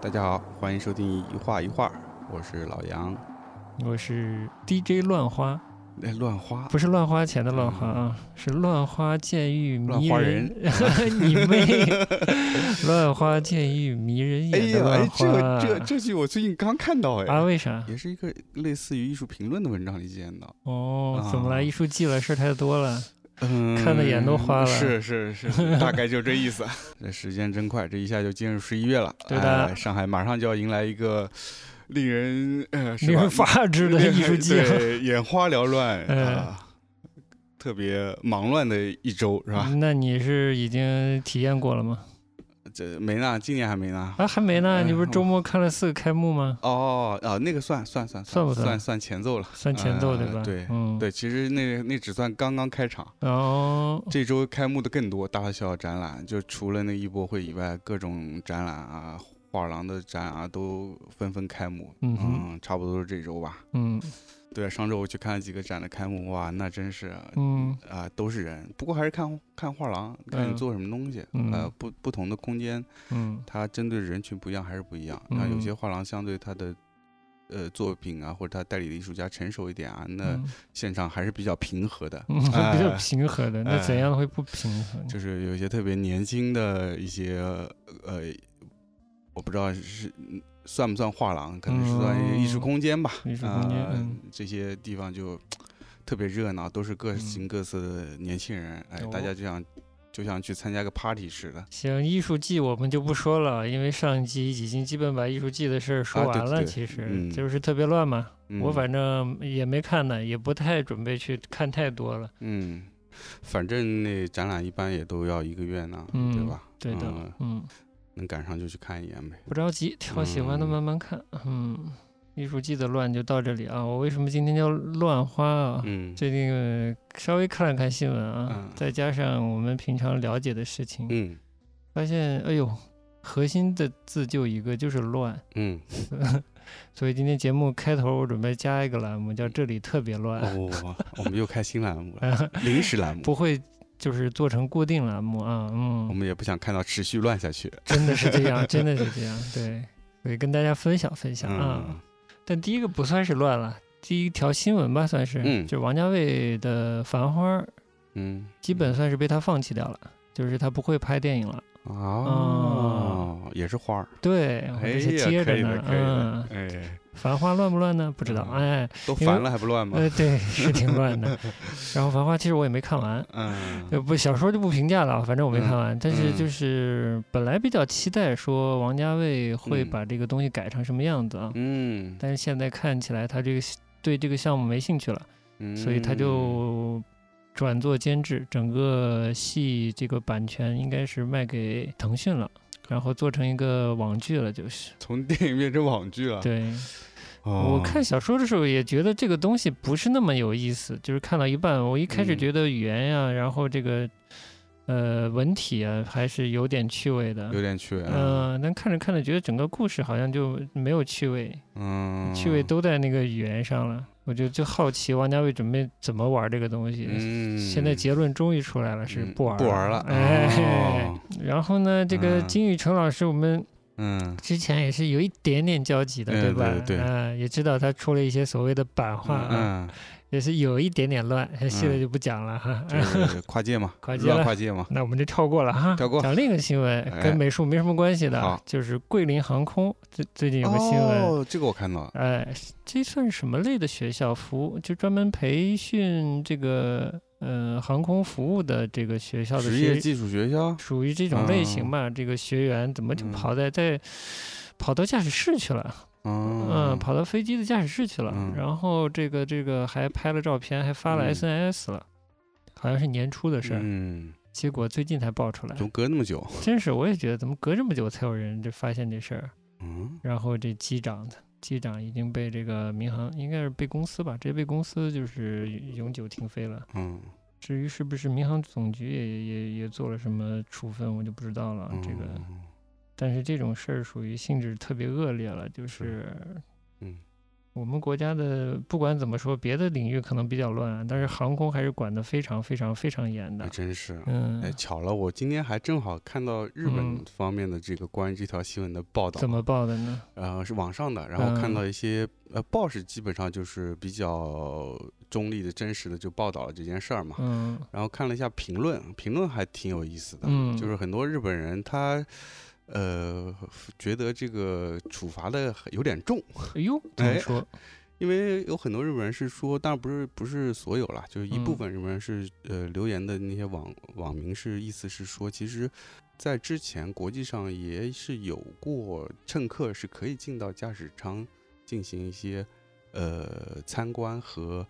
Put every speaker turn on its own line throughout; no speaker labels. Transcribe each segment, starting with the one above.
大家好，欢迎收听一画一画，我是老杨。
我是 DJ 乱花，
哎，乱花
不是乱花钱的乱花啊，是乱花渐欲
嗯乱
迷
花
人。 你妹！乱花渐欲迷人
哎
眼的
呀，
乱
哎，
花。
这个这这句我最近刚看到，哎，
啊？为啥？
也是一个类似于艺术评论的文章里见到，
哦，
啊
怎么了？艺术季了，事儿太多了。
嗯，
看得眼都花了
是是是， 大概就这意思。这时间真快，这一下就进入十一月了，
对的
哎上海马上就要迎来一个令人呃，是
令
吧
人发 指的艺术季，
对，眼花缭乱
嗯
啊，特别忙乱的一周是吧？
那你是已经体验过了吗？
这没呢，今年还没呢。
啊，还没呢。
嗯
你不是周末看了四个开幕吗？
哦啊，那个算算算
算不算
算算前奏了，
算前奏
呃
对吧？
对
嗯，。
对，其实那那只算刚刚开场。
哦，
这周开幕的更多，大大小小展览，就除了那艺博会以外，各种展览啊、画廊的展啊，都纷纷开幕。
嗯哼
差不多是这周吧。
嗯
对，上周我去看了几个展的开幕，哇，那真是啊、
嗯
都是人。不过还是看看画廊，看
嗯
你做什么东西。
嗯
呃，不不同的空间，
嗯
它针对人群不一样，还是不一样。那有
嗯
些画廊相对它的呃作品啊，或者它代理的艺术家成熟一点啊，那
嗯，
现场还是比较平和的。
嗯，比较
哎
平和的。那怎
哎
样会不平和呢？
就是有一些特别年轻的一些呃，我不知道是嗯算不算画廊，可能是算
嗯
艺术空间吧。
艺术
啊，
空间嗯
这些地方就特别热闹，都是各形各色的年轻人，哎，大
哦
家就想就像去参加个 party 似的。
行，艺术季我们就不说了，因为上一集已经基本把艺术季的事儿说
啊对
完
对
了。
对
其实、
嗯
就是特别乱嘛，
嗯、
我反正也没看呢，也不太准备去看太多了。
嗯，反正那展览一般也都要一个月呢，
嗯
对吧？
对的，
嗯
嗯，
能赶上就去看一眼呗。
不着急，挑喜欢的
嗯
慢慢看。嗯，艺术季的乱就到这里啊。我为什么今天叫乱花啊？
嗯
最近呃稍微看了看新闻啊，
嗯
再加上我们平常了解的事情，
嗯
发现哎呦，核心的字就一个，就是乱。
嗯，
所以今天节目开头我准备加一个栏目，叫“这里特别乱”，
嗯
哎
哦，我们又开新栏目了，临时栏目。
不会就是做成固定栏目啊。
我
嗯，
们也不想看到持续乱下去。
真的是这样，真的是这样。对，所以跟大家分享分享啊。
嗯
但第一个不算是乱了，第一条新闻吧，算是，
嗯
就王家卫的《繁花》
嗯
基本算是被他放弃掉了，就是他不会拍电影了。
哦，也是花儿。
对，我
哎
这是
呀，
接
可
着
以的，
呢。
可以的
嗯，。
哎，
繁花乱不乱呢？不知道。
嗯
哎，
都
因为
烦了还不乱吗？
呃，对，是挺 乱的。然后《繁花》其实我也没看完。
嗯
呃，不，小说就不评价了，反正我没看完。但是
嗯
就是本来比较期待说王家卫会把这个东西改成什么样子啊，
嗯
但是现在看起来他这个对这个项目没兴趣了，
嗯，
所以他就转做监制，整个戏这个版权应该是卖给腾讯了，然后做成一个网剧了，就是
从电影变成网剧了。
对。
哦，
我看小说的时候也觉得这个东西不是那么有意思，就是看到一半，我一开始
嗯
觉得语言呀、然后这个呃文体啊，还是有点趣味的。
有点啊趣味。
嗯、但看着看着觉得整个故事好像就没有趣味，
嗯，
趣味都在那个语言上了。我就就好奇王家卫准备怎么玩这个东西。
嗯，
现在结论终于出来了，是
嗯
不玩
不玩了
了。哎，
哦
然后呢，这个
嗯
金宇澄老师，我们
嗯
之前也是有一点点交集的，
嗯
吧？
对对
啊，也知道他出了一些所谓的版画啊，
嗯，
也是有一点点乱，细的就不讲了哈。
嗯就是跨界嘛，
哎 跨界
乱
了
跨界嘛。
那我们就跳过了哈，
跳过
讲另一个新闻，
哎
跟美术没什么关系的，
好
就是桂林航空最最近有个新闻，
哦，这个我看到了。
哎，这算是什么类的学校？服务就专门培训这个呃航空服务的这个学校的
职
学
业技术学校。
属于这种类型吧。这个学员怎么就
嗯
跑在在跑到驾驶室去了？嗯，
嗯，
跑到飞机的驾驶室去了，
嗯
然后这个这个还拍了照片，还发了
嗯
SNS 了，好像是年初的事儿，
嗯，
结果最近才爆出来
怎，么隔那么久？
真是我也觉得怎么隔这么久才有人就发现这事儿，
嗯
然后这机长机长已经被这个民航应该是被公司吧，直接被公司就是永久停飞了。
嗯
至于是不是民航总局也也也做了什么处分，我就不知道了。啊这个，
嗯
但是这种事儿属于性质特别恶劣了，就是
嗯
我们国家的不管怎么说，别的领域可能比较乱啊，但是航空还是管得非常非常非常严的
还。真是。
嗯
哎，，巧了，我今天还正好看到日本
嗯
方面的这个关于这条新闻的报道，
怎么报的呢？
呃，是网上的，然后看
嗯
到一些、呃报纸基本上就是比较中立的、真实的就报道了这件事儿嘛。
嗯
然后看了一下评论，评论还挺有意思的，
嗯，
就是很多日本人他呃觉得这个处罚的有点重，
哎呦，怎么
哎
说？
因为有很多日本人是说，当然不是不是所有啦，就是一部
嗯
分日本人是、呃留言的那些网网民是意思是说，其实，在之前国际上也是有过乘客是可以进到驾驶舱进行一些呃参观和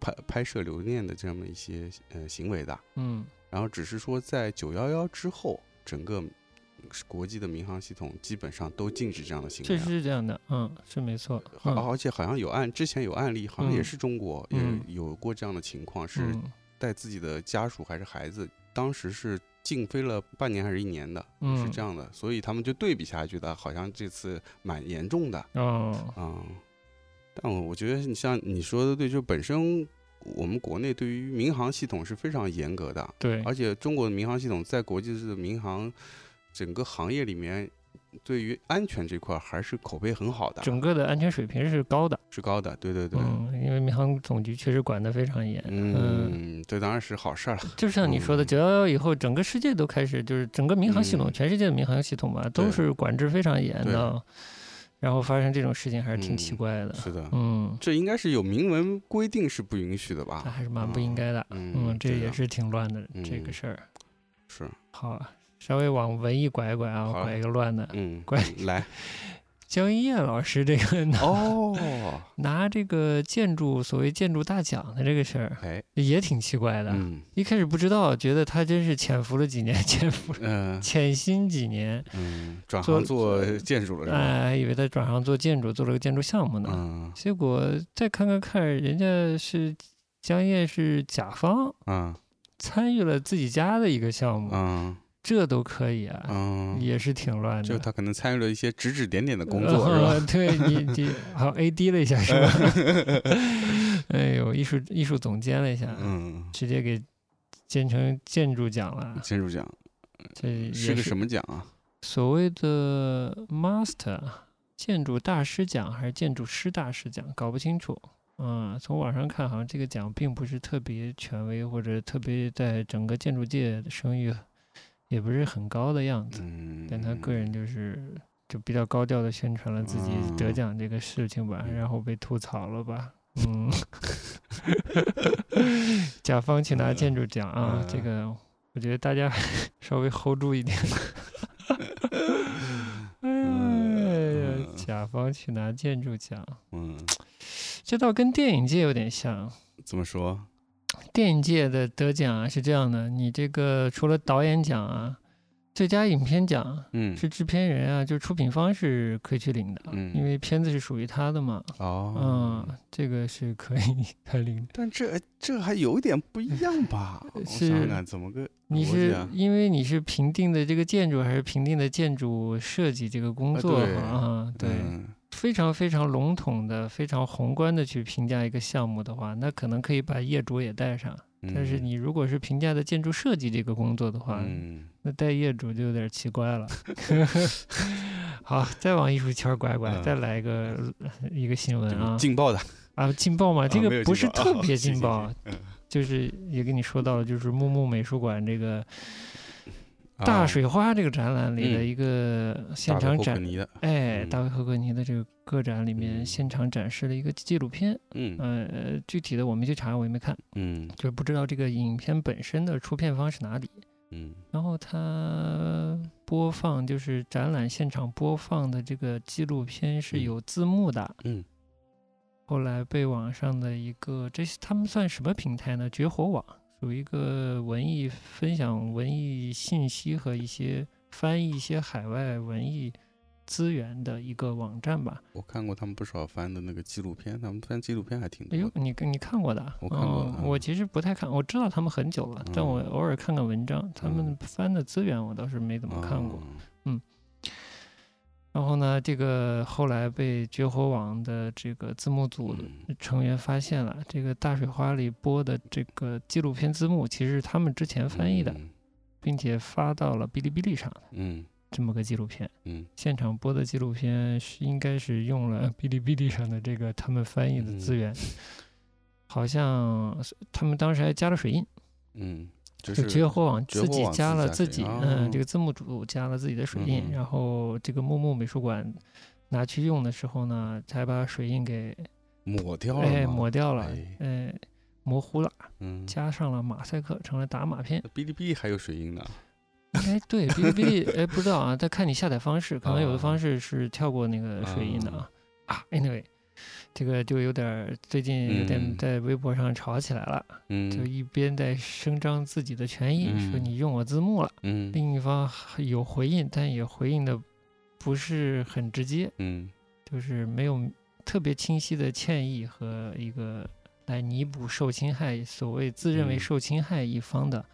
拍拍摄留念的这么一些呃行为的，
嗯
然后只是说在九幺幺之后，整个国际的民航系统基本上都禁止这样的行为
确
了
实。是这样的，嗯，是没错。
好，
嗯
而且好像有案，之前有案例，好像也
嗯
是中国、
嗯
也有过这样的情况，是
嗯
带自己的家属还是孩子，当时是禁飞了半年还是一年的，是
嗯
这样的，所以他们就对比下去的，好像这次蛮严重的，
哦，
嗯，但我我觉得你像你说的对，就本身我们国内对于民航系统是非常严格的，
对，
而且中国的民航系统在国际的民航整个行业里面，对于安全这块儿还是口碑很好的，
整个的安全水平是高的。
是高的，对对对。
嗯，因为民航总局确实管得非常严。嗯，
嗯，这当然是好事儿了。
就像你说的，
嗯
九幺幺以后，整个世界都开始就是整个民航系统，
嗯
全世界的民航系统吧，都
对
是管制非常严的。然后发生这种事情还是挺
嗯
奇怪的。
是的，
嗯，
这应该是有明文规定是不允许的
那
吧？
还是蛮不应该的。哎嗯，这
对
也
的
是挺乱的这个
嗯
事儿。
是，
好啊，稍微往文艺拐一拐啊，
好
拐一个乱的。
嗯，
关
来
江一燕老师这个 拿
哦，
拿这个建筑所谓建筑大奖的这个事儿
哎，
也挺奇怪的。
嗯，
一开始不知道，觉得他真是潜伏了几年，潜伏了
呃，
潜心几年，
嗯，转
做
行做建筑了是吧？
哎，还以为他转行做建筑，做了个建筑项目呢。
嗯
结果再看看看，人家是江燕是甲方
嗯
参与了自己家的一个项目，
嗯
这都可以啊，
嗯，
也是挺乱的。
就他可能参与了一些指指点点的工作是吧？
呃、对你， 你好 AD 了一下是吧？ 哎呦，艺术艺术总监了一下，
嗯，
直接给建成建筑奖了。
建筑奖
这也
嗯是个
么？
什么奖啊？
所谓的 Master 建筑大师奖还是建筑师大师奖，搞不清楚。嗯，从网上看，好像这个奖并不是特别权威，或者特别在整个建筑界的声誉也不是很高的样子。
嗯，
但他个人就是就比较高调的宣传了自己得
嗯
奖这个事情吧，
嗯
然后被吐槽了吧。嗯， 甲方去拿建筑奖啊，这
嗯
个我觉得大家 稍微 hold 住 一点。哎呀，
嗯
甲方去拿建筑奖，
嗯，
这倒跟电影界有点像。
怎么说？
电影界的得奖啊是这样的，你这个除了导演奖啊，最佳影片奖
嗯，
是制片人啊，就是出品方是可以去领的，啊
嗯
因为片子是属于他的嘛。
哦
嗯，，这个是可以他领的。
但这这还有一点不一样 吧？我
是
想想看怎么个
你
逻辑
是
啊
因为你是评定的这个建筑，还是评定的建筑设计这个工
啊
作
对
啊？对，
嗯
非常非常笼统的、非常宏观的去评价一个项目的话，那可能可以把业主也带上。但是
嗯
你如果是评价的建筑设计这个工作的话，
嗯
那带业主就有点奇怪 了。好，再往艺术圈拐拐，
嗯
再来一个一个新闻
这
啊
个劲爆的
啊，劲爆嘛，这
没
个
有
不是
劲爆
特
啊 行
别劲
行
爆
行，
就是也跟你说到了，就是木木美术馆这个大水花这个展览里的
啊嗯
一个现
大卫
场
霍克
展，
尼的，
哎，
嗯
大卫霍克尼的这个个展里面
嗯
现场展示了一个纪录片，
嗯
呃，呃具体的我没去查，我也没看，
嗯
就是不知道这个影片本身的出片方是哪里。
嗯
然后它播放就是展览现场播放的这个纪录片是
嗯
有字幕的，
嗯，
后来被网上的一个这是他们算什么平台呢？绝活网属于一个文艺分享文艺信息和一些翻译一些海外文艺资源的一个网站吧。
我看过他们不少翻的那个纪录片，他们翻纪录片还挺
哎
多
呦
的，，
你跟你看过的啊？
我看过
哦
嗯
我其实不太看，我知道他们很久了，但我
嗯
偶尔看看文章，他们
嗯啊
翻的资源我倒是没怎么看过。
哦？
然后呢，这个后来被绝活网的这个字幕组
嗯
成员发现了，这个大水花里播的这个纪录片字幕其实是他们之前翻译的，
嗯
并且发到了哔哩哔哩上
嗯
这么个纪录片。
嗯
现场播的纪录片是应该是用了哔哩哔哩上的这个他们翻译
嗯
的资源，好像是他们当时还加了水印，
嗯，就
就是绝活网
绝
自
活
己
网自
加
己
了
加
自
水
己，
印
嗯，
哦
这个字幕组加了自己的水印，
嗯
然后这个木木美术馆拿去用的时候呢，才把水印给
抹掉了
哎
吗
抹掉了，
哎
哎模糊了，
嗯，
加上了马赛克，成了打 码片。
哔哩哔哩还有水印呢，
哎，对，哔哩哔哩，哎，不知道啊，但看你下载方式，可能有的
啊
方式是跳过那个水印的啊。啊，anyway，这个就有点儿最近有点
嗯
在微博上吵起来了，就
嗯
一边在声张自己的权益，说
嗯
你用我字幕了，
嗯
另一方有回应，但也回应的不是很直接，
嗯
就是没有特别清晰的歉意和一个来弥补受侵害所谓自认为
嗯
受侵害一方的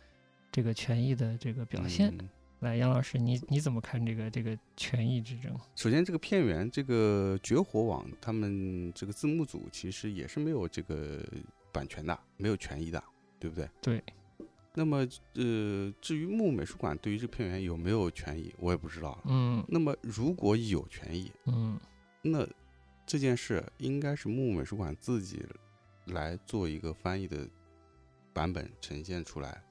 这个权益的这个表现。
嗯
来，杨老师，你你怎么看这个这个权益之争？
首先，这个片源，这个绝活网，他们这个字幕组其实也是没有这个版权的，没有权益的，对不对？
对。
那么，呃，至于木美术馆对于这片源有没有权益，我也不知道了。
嗯
那么，如果有权益，
嗯
那这件事应该是木美术馆自己来做一个翻译的版本呈现出来，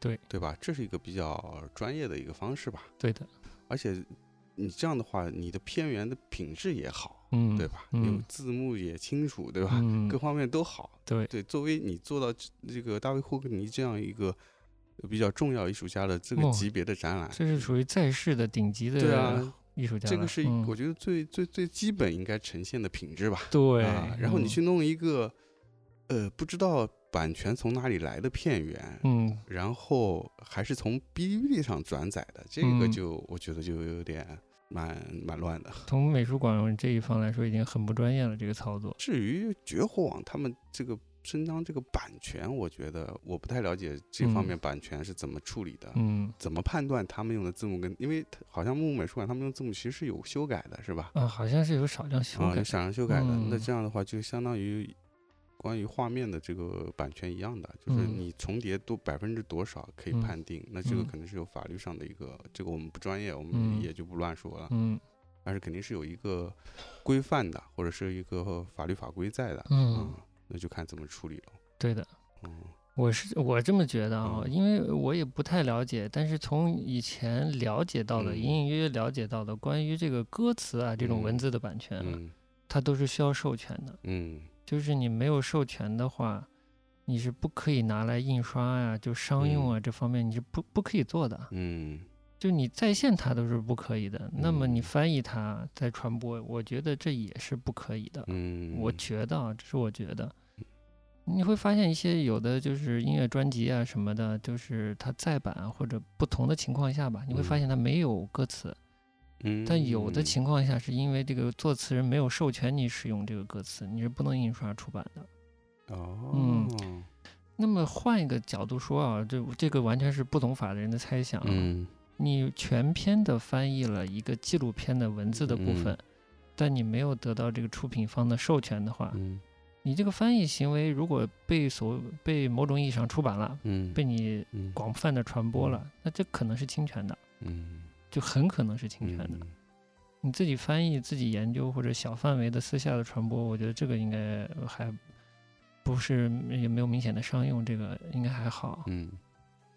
对
对吧？这是一个比较专业的一个方式吧。
对的，
而且，你这样的话，你的片源的品质也好，
嗯，
对吧？有
嗯
字幕也清楚，对吧？
嗯，
各方嗯面都好。
对，
对，作为你做到这这个大卫霍克尼这样一个比较重要艺术家的这个
哦
级别的展览，
这是属于在世的顶级
对
的
啊，
艺术家了，
这个是
嗯
我觉得最最最基本应该呈现的品质吧。
对
啊，，然后你
嗯
去弄一个，呃，不知道版权从哪里来的片源，
嗯
然后还是从哔哩哔哩上转载的，这个
嗯
就我觉得就有点蛮蛮乱的。
从美术馆这一方来说已经很不专业了，这个操作，
至于绝活网他们这个伸张这个版权，我觉得我不太了解这方面版权是怎么处理的，
嗯
怎么判断他们用的字幕跟，因为它好像木木美术馆他们用字幕其实是有修改的，是吧？
啊，好像是有少量修
啊，
改
有，少量修改的，那
嗯
这样的话就相当于关于画面的这个版权一样的，就是
嗯
你重叠多百分之多少可以
嗯
判定，那这个
嗯
可能是有法律上的一个，这个我们不专业，我们
嗯
也就不乱说了，
嗯
但是肯定是有一个规范的，或者是一个法律法规在的，啊
嗯，
那就看怎么处理了，
对的。
嗯
我是我这么觉得啊，
嗯
因为我也不太了解，但是从以前了解到的、
嗯
隐隐约约了解到的关于这个歌词啊这种文
嗯
字的版权啊，
嗯
它都是需要授权的。
嗯
就是你没有授权的话，你是不可以拿来印刷呀、就商用啊、这方面你是不不可以做的。啊
嗯
就你在线它都是不可以的，那么你
嗯
翻译它再传播，我觉得这也是不可以的。
嗯，
我觉得啊，这是我觉得。你会发现一些有的就是音乐专辑啊什么的，就是它再版啊或者不同的情况下吧，你会发
嗯
现它没有歌词，但有的
嗯
情况下是因为这个作词人没有授权你使用这个歌词，你是不能印刷出版的。
哦，
嗯那么换一个角度说啊，这这个完全是不懂法的人的猜想啊。
嗯
你全篇的翻译了一个纪录片的文字的部分，
嗯
但你没有得到这个出品方的授权的话，
嗯
你这个翻译行为如果被所被某种意义上出版了，
嗯，
被你
嗯
广泛的传播了，那这可能是侵权的，
嗯
就很可能是侵权的。啊
嗯
你自己翻译、自己研究或者小范围的私下的传播，我觉得这个应该还不是也没有明显的商用，这个应该还好。
嗯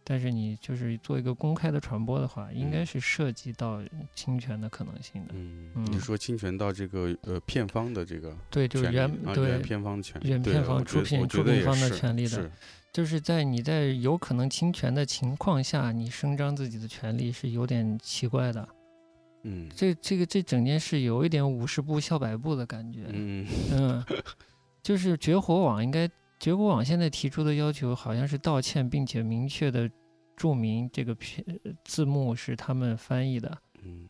但是你就是做一个公开的传播的话，应该
嗯
是涉及到侵权的可能性的。
嗯，你
嗯
说侵权到这个呃片方的这个
对，就是
权利
原
啊
对
原片方权利，
原
对
片
我
方
觉
出
得
品
我
出
觉得
品
也
方的
是
权利的
是
就是在你在有可能侵权的情况下，你声张自己的权利是有点奇怪的。
嗯
这这个这整件事有一点五十步笑百步的感觉。
嗯
嗯，就是绝活网应该，绝活网现在提出的要求好像是道歉，并且明确的注明这个片字幕是他们翻译的。
嗯，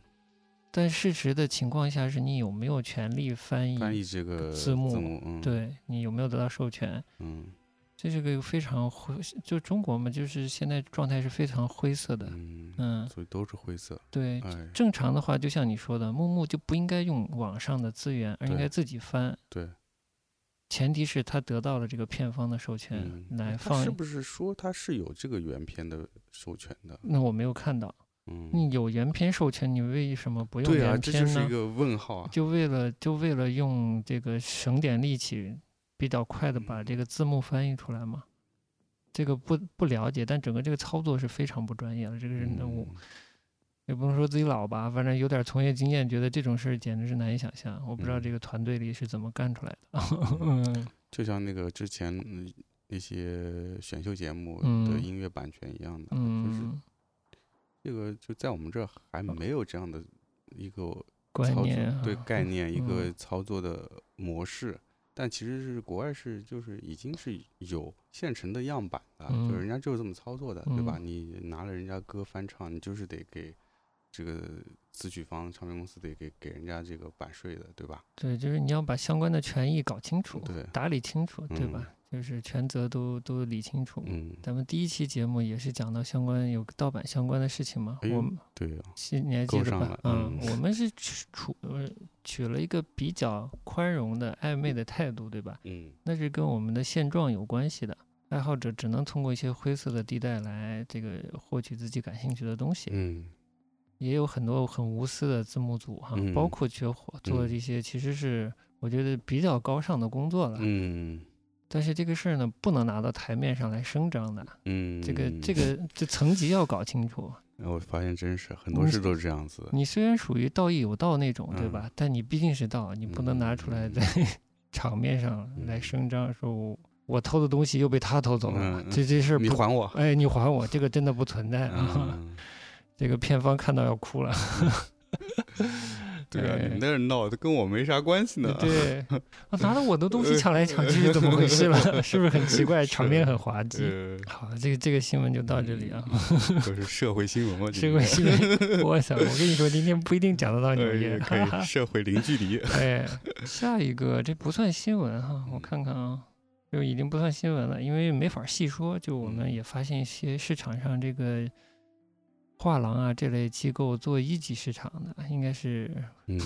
但事实的情况下是你有没有权利翻译？
翻译这个
嗯字幕
幕，嗯
对你有没有得到授权？
嗯
这是个非常灰，就中国嘛，就是现在状态是非常灰色的。
嗯，
嗯，
所以都是灰色。
对，
哎，
正常的话，就像你说的，木木就不应该用网上的资源，而应
对
该自己翻。
对，
前提是他得到了这个片方的授权
嗯，
来
他
放
是。不是说他是有这个原片的授权的？
那我没有看到，
嗯，
你有原片授权，你为什么不用
对啊，
原
这
片
就是一
呢？
个问号啊。
就为了就为了用这个省点力气，比较快的
嗯
把这个字幕翻译出来嘛。这个不不了解，但整个这个操作是非常不专业的。这个是那我
嗯
也不能说自己老吧，反正有点从业经验，觉得这种事儿简直是难以想象。我不知道
嗯
这个团队里是怎么干出来的。嗯
就像那个之前嗯那些选秀节目的
嗯
音乐版权一样的，就是
嗯，
这个就在我们这儿还没有这样的一个
哦观
操作
念啊
对
哈
概 念一个
嗯
操作的模式，但其实是国外是就是已经是有现成的样板了，就
嗯
是人家就是这么操作的，对吧？你拿了人家歌翻唱，你就是得给这个词曲方唱片公司得给给人家这个版税的，对吧？
对，就是你要把相关的权益搞清楚，
对
打理清楚，对
嗯
吧？就是权责都都理清楚。
嗯，
咱们第一期节目也是讲到相关有盗版相关的事情嘛，
哎呦
我们
对啊，
是你还记
勾
得
上
吧
了？
嗯，
嗯
我们是取处呃取了一个比较宽容的暧昧的态度，对吧？
嗯，
那是跟我们的现状有关系的。爱好者只能通过一些灰色的地带来这个获取自己感兴趣的东西，
嗯，
也有很多很无私的字幕组哈，包
嗯
括绝火做
嗯
这些，其实是我觉得比较高尚的工作了。
嗯，
但是这个事儿呢，不能拿到台面上来声张的，
嗯，哎
这个这，个这层级要搞清楚。
我发现真是很多
你
事都是这样子的，
你虽然属于道义有道那种，对
嗯
吧？但你毕竟是道，你不能拿出来
嗯
在 场面上来
嗯
声张，说我我偷的东西又被他偷走了
嗯，
这这事儿
你
不
还我。
哎，你还我，这个真的不存在啊！
嗯
这个片方看到要哭了。
对啊，你
哎
们那儿闹的跟我没啥关系呢。
对，啊拿了我的东西抢来抢去是怎么回事了？ 是不是很 奇怪？场面很滑稽。
呃，
好，这个这个新闻就到这里啊。
嗯都是社会新闻嘛，
社会新闻，我操！我跟你说，今天不一定讲得到纽约。
呃，嗯 可以社会零距离。
哎，下一个这不算新闻哈，我
嗯
看看啊，就已经不算新闻了，因为没法细说。就我们
嗯
也发现一些市场上这个画廊啊这类机构做一级市场的，应该是
嗯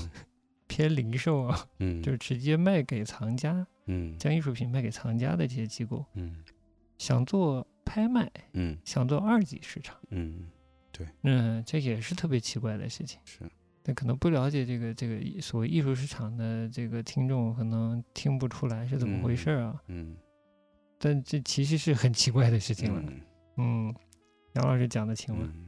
偏零售啊，
嗯
就是直接卖给藏家，
嗯
将艺术品卖给藏家的这些机构，
嗯
想做拍卖，
嗯
想做二级市场，
嗯，
嗯，这也是特别奇怪的事情。
是，
但可能不了解这个这个艺所谓艺术市场的这个听众，可能听不出来是怎么回事儿啊。
嗯，
但这其实是很奇怪的事情了。
嗯
嗯，杨老师讲的清吗？
嗯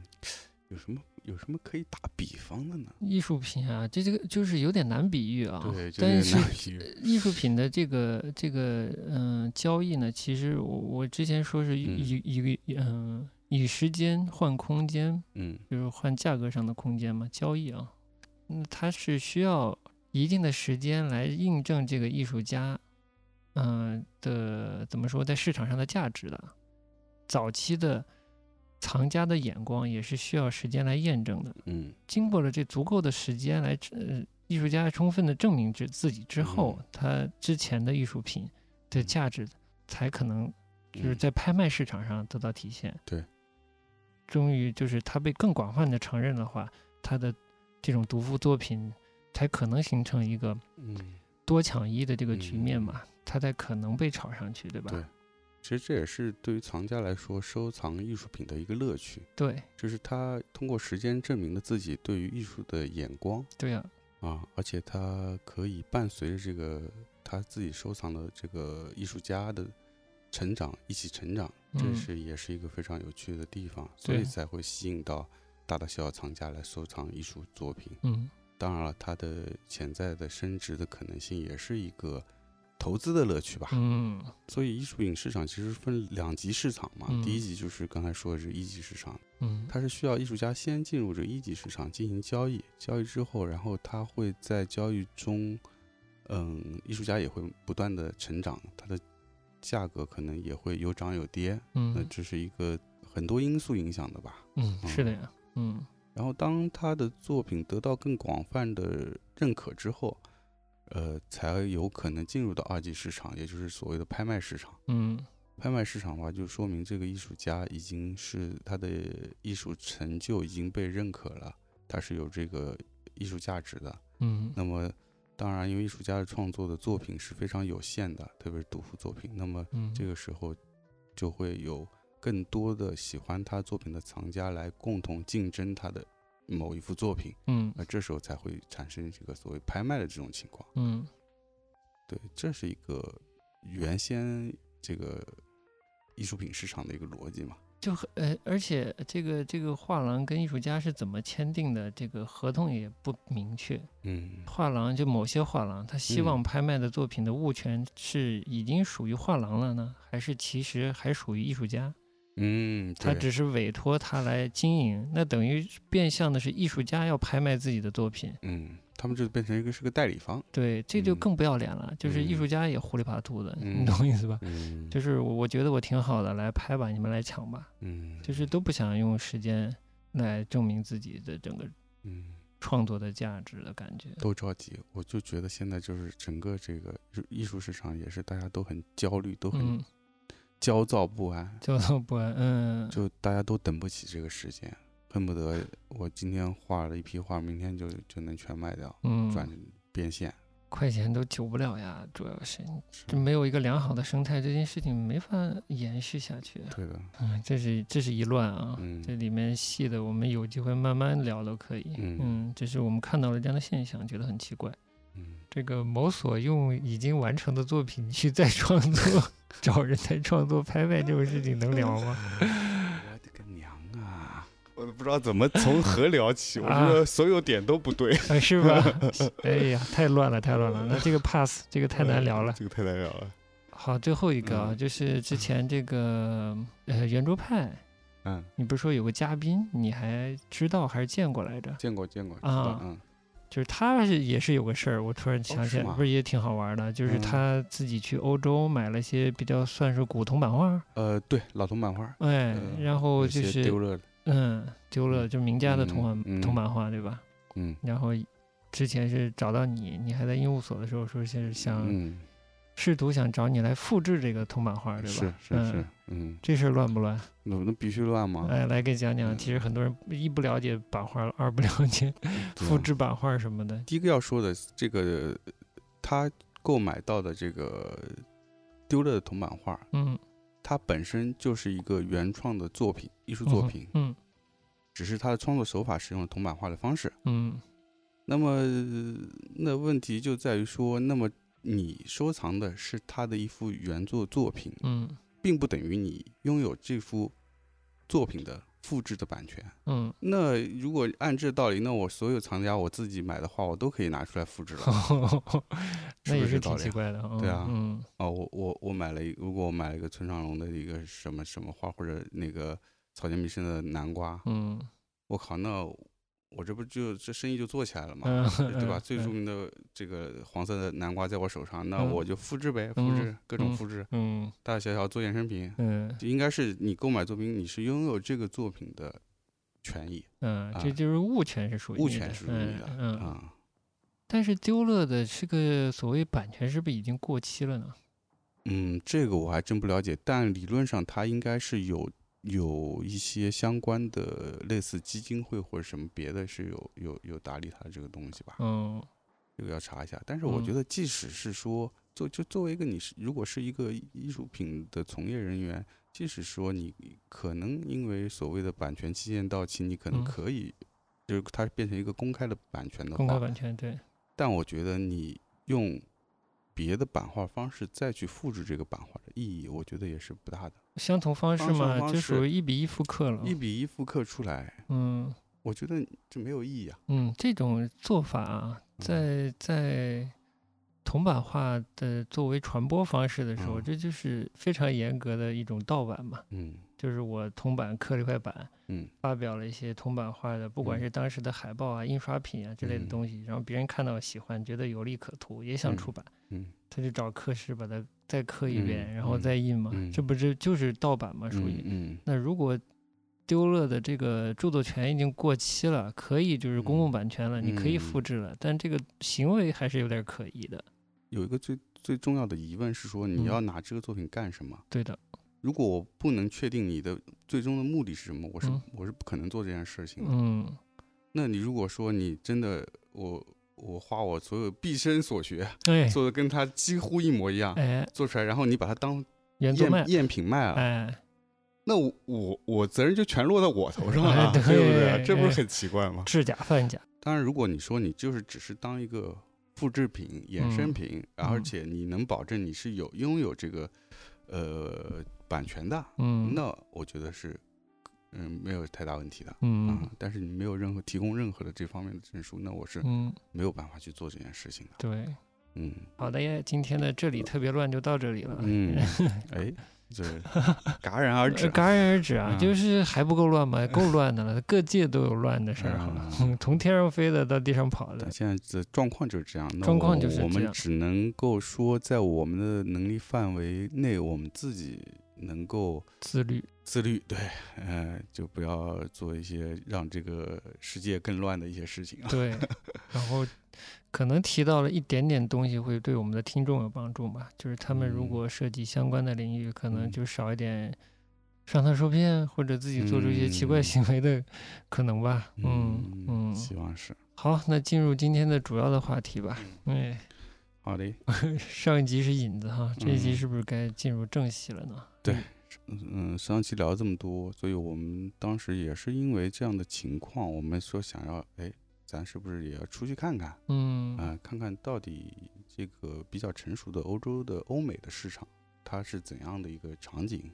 有什么有什么可以打比方的呢？
艺术品啊，这这个就是有点难比喻啊。
对，就
但
有
是
点难比喻
艺术品的这个这个嗯、交易呢，其实我我之前说是
嗯
以一个嗯、以时间换空间，
嗯
就是换价格上的空间嘛，交易啊，嗯，它是需要一定的时间来印证这个艺术家，嗯、的怎么说，在市场上的价值的。早期的藏家的眼光也是需要时间来验证的。
嗯
经过了这足够的时间来，呃，艺术家充分的证明之自己之后，
嗯
他之前的艺术品的
嗯
价值才可能就是
嗯
在拍卖市场上得到体现。
对，
终于就是他被更广泛的承认的话，他的这种独幅作品才可能形成一个
嗯。
多抢一的这个局面
嗯
嘛，他才可能被炒上去，对吧？
对其实这也是对于藏家来说收藏艺术品的一个乐趣，
对
就是他通过时间证明了自己对于艺术的眼光，
对呀、
啊，而且它可以伴随着这个他自己收藏的这个艺术家的成长一起成长，这
嗯
是也是一个非常有趣的地方，所
对
以才会吸引到大大小小藏家来收藏艺术作品。
嗯，
当然了，它的潜在的升值的可能性也是一个投资的乐趣吧。
嗯
所以艺术品市场其实分两级市场嘛，第一
嗯
级就是刚才说的是一级市场，
嗯，
它是需要艺术家先进入这个一级市场进行交易，交易之后，然后他会在交易中，嗯，艺术家也会不断的成长，它的价格可能也会有涨有跌，那
嗯
这是一个很多因素影响的吧。
嗯，是的呀，嗯
然后当他的作品得到更广泛的认可之后，呃，才有可能进入到二级市场，也就是所谓的拍卖市场。
嗯
拍卖市场化，就说明这个艺术家已经是他的艺术成就已经被认可了，他是有这个艺术价值的。
嗯
那么，当然，因为艺术家的创作的作品是非常有限的，特别是独幅作品，那么
嗯，
这个时候就会有更多的喜欢他作品的藏家来共同竞争他的某一幅作品，
嗯
那这时候才会产生这个所谓拍卖的这种情况。
嗯
对，这是一个原先这个艺术品市场的一个逻辑嘛。
就很呃，而且这个这个画廊跟艺术家是怎么签订的，这个合同也不明确。
嗯
画廊就某些画廊，他希望
嗯
拍卖的作品的物权是已经属于画廊了呢，还是其实还属于艺术家？
嗯，
他
对
只是委托他来经营，那等于变相的是艺术家要拍卖自己的作品。
嗯，他们就变成一个是个代理方。
对，这就
嗯
更不要脸了，就是艺
嗯
术家也糊里爬涂的，
嗯
你懂我意思吧？
嗯，
就是我我觉得我挺好的，来拍吧，你们来抢吧，
嗯，
就是都不想用时间来证明自己的整个
嗯。
创作的价值的感觉。
都着急，我就觉得现在就是整个这个艺术艺术市场也是大家都很焦虑，都很
嗯，
焦躁不安，
焦躁不安，嗯，
就大家都等不起这个时间，恨不得我今天画了一批画，明天就就能全卖掉，赚
嗯，
变现。
快钱都救不了呀，主要是
是
这没有一个良好的生态，这件事情没法延续下去。
对的，
嗯，这是这是一乱啊，
嗯
这里面细的我们有机会慢慢聊都可以。
嗯
这是我们看到了这样的现象，觉得很奇怪。
嗯，
这个某所用已经完成的作品去再创作， 找人再创作拍卖这种事情能聊吗？
我的个娘啊！
我都不知道怎么从何聊起，我
啊
觉得所有点都不对，
啊，是吧？哎呀，太乱了，太乱了。那这个 pass，这个 太难聊 了。
这个太难聊了。
好，最后一个啊，
嗯
就是之前这个呃圆桌派，
嗯，
你不是说有个嘉宾，你还知道还是见过来着？
见过见过，知
啊
道嗯
就是他是也是有个事儿，我突然想起
哦
来，
是吗
不是也挺好玩的，就是
嗯
他自己去欧洲买了些比较算是古铜版画，
呃，对，老铜版画，
哎，
嗯
然后
有
就
些
是
丢了的，
嗯丢了，就是名家的铜版、
嗯嗯
铜版画对吧？
嗯
然后之前是找到你，你还在医务所的时候说是想、
嗯，
试图想找你来复制这个铜版画对吧？
是是
嗯
是，嗯，
这事儿乱不乱？
那那必须乱吗？
哎，来给讲讲。
嗯
其实很多人一不了解版画，二不了解
对啊
复制版画什么的。
第一个要说的这个，他购买到的这个丢了的铜版画，
嗯，
它本身就是一个原创的作品，艺术作品，
嗯
只是他的创作手法使用了铜版画的方式。
嗯
那么，呃那问题就在于说，那么你收藏的是他的一幅原作作品，
嗯
并不等于你拥有这幅作品的复制的版权。
嗯
那如果按这道理，那我所有藏家我自己买的画，我都可以拿出来复制了。
嗯，
是
那
不
也
是这
是挺
道理
奇
啊？
怪的。嗯
对啊
嗯
哦，我我我买了一，如果我买了一个村上隆的一个什么什么花，或者那个草间弥生的南瓜，
嗯
我靠，那我这不就这生意就做起来了嘛，
嗯，
对吧？最著
嗯
名的这个黄色的南瓜在我手上，那
嗯
我就复制呗，复制各种
嗯
复制，
嗯
大大小小做衍生品，
嗯
应该是你购买作品，你是拥有这个作品的权益，
嗯，
啊
这就是物权是属于
物
你
权
的
是属于你的
嗯嗯，
啊。
但是丢了的这个所谓版权是不是已经过期了呢？
嗯，这个我还真不了解，但理论上它应该是有有一些相关的类似基金会或者什么别的，是有有有打理它的这个东西吧，
嗯
这个要查一下。但是我觉
嗯
得，即使是说作就作为一个你是如果是一个艺术品的从业人员，即使说你可能因为所谓的版权期限到期，你可能
嗯
可以、就是它变成一个公开的版权的
公开
话，
版权对，
但我觉得你用别的版画方式再去复制这个版画的意义，我觉得也是不大的。
相同方式
相同
嘛，
方
就属
式
于一比一复刻了。
一比一复刻出来，
嗯。
我觉得这没有意义啊。
嗯，这种做法啊，
嗯
在在铜版画的作为传播方式的时候，
嗯
这就是非常严格的一种盗版嘛。
嗯
就是我铜版刻了一块板，
嗯
发表了一些铜版画的，不管
嗯
是当时的海报啊、印刷品啊之类的
嗯
东西，然后别人看到喜欢，觉得有利可图，也想
嗯
出版，
嗯
他就找刻师把它再刻一
嗯
遍，然后
嗯
再印嘛。
嗯
这不是就是盗版嘛？属于。
嗯
那如果丢了的这个著作权已经过期了，可以就是公共
嗯
版权了，你可以复
嗯
制了，但这个行为还是有点可疑的。
有一个最最重要的疑问是说，
嗯
你要拿这个作品干什么？
对的，
如果我不能确定你的最终的目的是什么，我是、
嗯
我是不可能做这件事情的。
嗯
那你如果说你真的我我花我所有毕生所学
哎
做的跟他几乎一模一样，
哎
做出来，然后你把它当
原作卖
赝赝品卖了，
哎
那我我我责任就全落在我头上
哎
了。啊
对不
哎
对？这不是很奇怪吗？
制假贩假
当然，如果你说你就是只是当一个复制品、衍生
嗯
品，
嗯
而且你能保证你是有拥有这个呃版权的，
嗯
那我觉得是嗯没有太大问题的。
嗯
啊，但是你没有任何提供任何的这方面的证书，那我是
嗯
没有办法去做这件事情的。
对。
嗯
好的耶，今天的这里特别乱就到这里了。
嗯，哎，这戛然而
呃
止 啊。
戛然而止啊，
嗯
就是还不够乱 吗？够乱的了，各界都有乱的事儿，好吧？
嗯
从天上飞的到地上跑的
但，现在的状况就是这样，那
状况
我
就是
我
这
们
样
只能够说，在我们的能力范围内，我们自己能够
自律。
自律，对，呃，就不要做一些让这个世界更乱的一些事情啊。
对，然后可能提到了一点点东西，会对我们的听众有帮助吧。就是他们如
嗯
果涉及相关的领域，可能
嗯
就少一点上当受骗或者自己做出一些奇怪
嗯
行为的可能吧。嗯嗯，
希望是
好，那进入今天的主要的话题吧。
嗯
哎，
好的。
上一集是引子哈，这一集
嗯
是不是该进入正戏了呢？
嗯，上期聊了这么多，所以我们当时也是因为这样的情况，我们说想要，哎，咱是不是也要出去看看啊、
嗯
看看到底这个比较成熟的欧洲的欧美的市场，它是怎样的一个场景，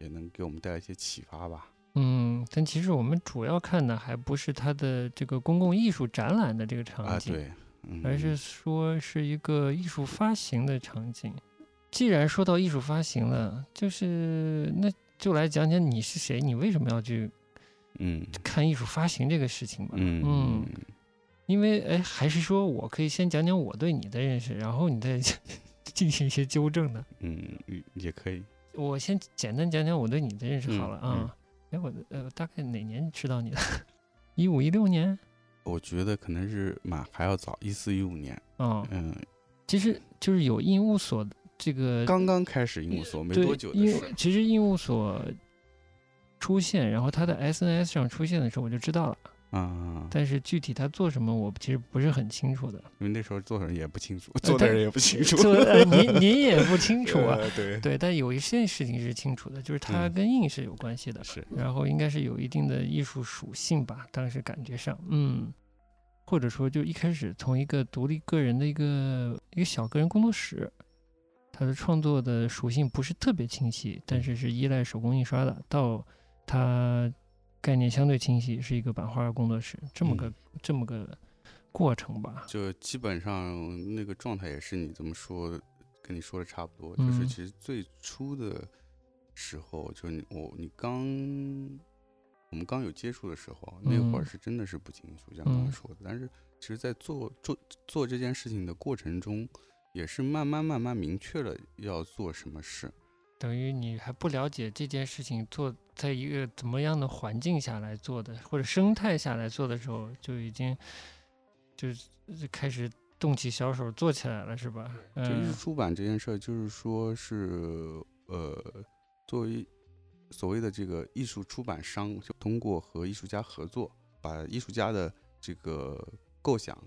也能给我们带来一些启发吧。
嗯，但其实我们主要看的还不是它的这个公共艺术展览的这个场
啊，
景，
对，嗯，
而是说是一个艺术发行的场景。既然说到艺术发行了，就是那就来讲讲你是谁，你为什么要去
嗯
看艺术发行这个事情吧。
嗯
嗯因为哎，还是说我可以先讲讲我对你的认识，然后你再 进行一些纠正呢。
嗯嗯，也可以，
我先简单讲讲我对你的认识好
嗯
了啊。哎、我的呃，大概哪年知道你的？ 一五一六年
我觉得可能是马还要早，一四一五年，
啊、
嗯，
其实就是有印务所这个
刚刚开始英务所没
对
多久的
因
事
为
儿，
其实印务所出现，然后它的 SNS 上出现的时候我就知道了，
啊，
但是具体它做什么我其实不是很清楚的。
因为那时候做的人也不清楚，
做的
但
人也不清楚，
呃 做呃您您也不清楚 啊。
呃对，
对，但有一件事情是清楚的，就是它
嗯
跟印是有关系的。
是，
然后应该是有一定的艺术属性吧，当时感觉上，嗯，或者说就一开始从一个独立个人的一个一个小个人工作室，他的创作的属性不是特别清晰，但是是依赖手工印刷的，到他概念相对清晰，是一个版画工作室这么个、这么个过程吧，
就基本上那个状态也是你这么说，跟你说的差不多。就是
嗯
其实最初的时候，就是你我你刚我们刚有接触的时候，那会儿
嗯
是真的是不清楚，像刚
嗯
刚说的。但是其实，在做做做这件事情的过程中，也是慢慢慢慢明确了要做什么事。
等于你还不了解这件事情做在一个怎么样的环境下来做的，或者生态下来做的时候，就已经就是开始动起小手做起来了，是吧？
就艺术
嗯
出版这件事儿，就是说是呃，作为所谓的这个艺术出版商，就通过和艺术家合作，把艺术家的这个构想、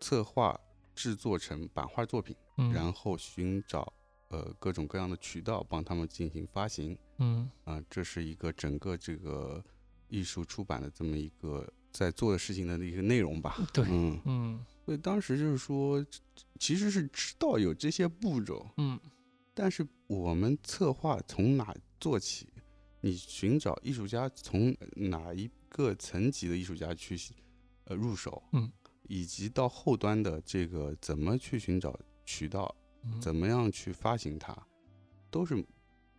策划、制作成版画作品，
嗯，
然后寻找呃各种各样的渠道帮他们进行发行。
嗯
啊、这是一个整个这个艺术出版的这么一个在做的事情的一个内容吧。
对
嗯，
嗯
所以当时就是说，其实是知道有这些步骤，
嗯
但是我们策划从哪做起？你寻找艺术家从哪一个层级的艺术家去呃入手？
嗯，
以及到后端的这个怎么去寻找渠道，
嗯，
怎么样去发行它，都是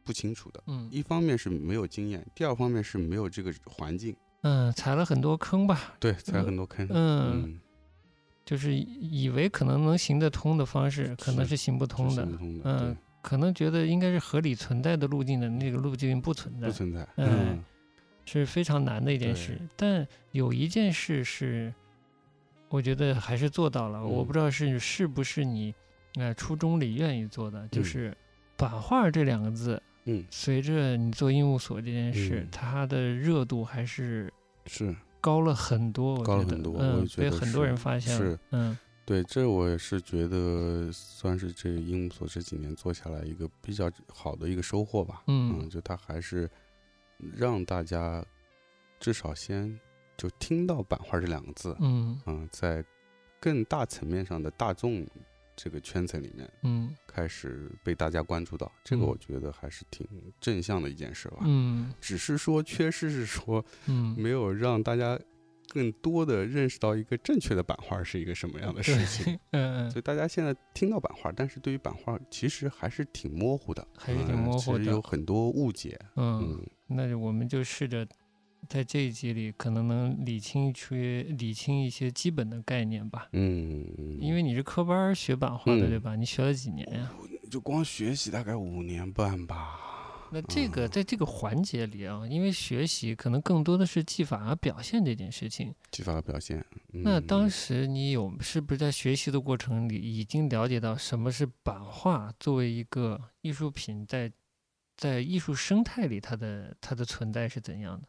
不清楚的。
嗯
一方面是没有经验，第二方面是没有这个环境，
嗯踩了很多坑吧，
对，踩很多坑。
嗯，就是以以为可能能行得通的方式，可能
是
是行不
这
通
是
的
不，通的，
嗯可能觉得应该是合理存在的路径的那个路径不存
对，
在
不，存在。
哎
嗯，
是非常难的一件
对
事。但有一件事是，我觉得还是做到了。我
嗯
不知道是是不是你呃初衷里愿意做的，就
嗯
是“版画”这两个字
嗯，
随着你做医务所这件事，
嗯
它的热度还是
是
高了很多，我
高了
觉得
很多我
嗯，
也觉
被
得
很多
是
人发现了
是，
嗯
对，这我也是觉得算是这英务所这几年做下来一个比较好的一个收获吧。
嗯
就他还是让大家至少先就听到版画这两个字，
嗯
嗯，在更大层面上的大众这个圈层里面
嗯
开始被大家关注到，这个
嗯
我觉得还是挺正向的一件事吧。
嗯
只是说缺失是说
嗯，
没有让大家更多的认识到一个正确的版画是一个什么样的事情。
对，嗯
所
嗯
以大家现在听到版画，但是对于版画其实还是挺模糊的，
还是挺
嗯
模糊
其实
的
有很多误解。
嗯，
嗯
那就我们就试着在这一集里可能能理清一些理清一些基本的概念吧。
嗯，嗯
因为你是科班儿学版画的，对
嗯
吧？你学了几年呀、
就光学习大概五年半吧。
那这个
嗯
在这个环节里啊，因为学习可能更多的是技法和表现这件事情。
技法的表现，嗯、
那当时你有是不是在学习的过程里已经了解到什么是版画作为一个艺术品在在艺术生态里它的它的存在是怎样的？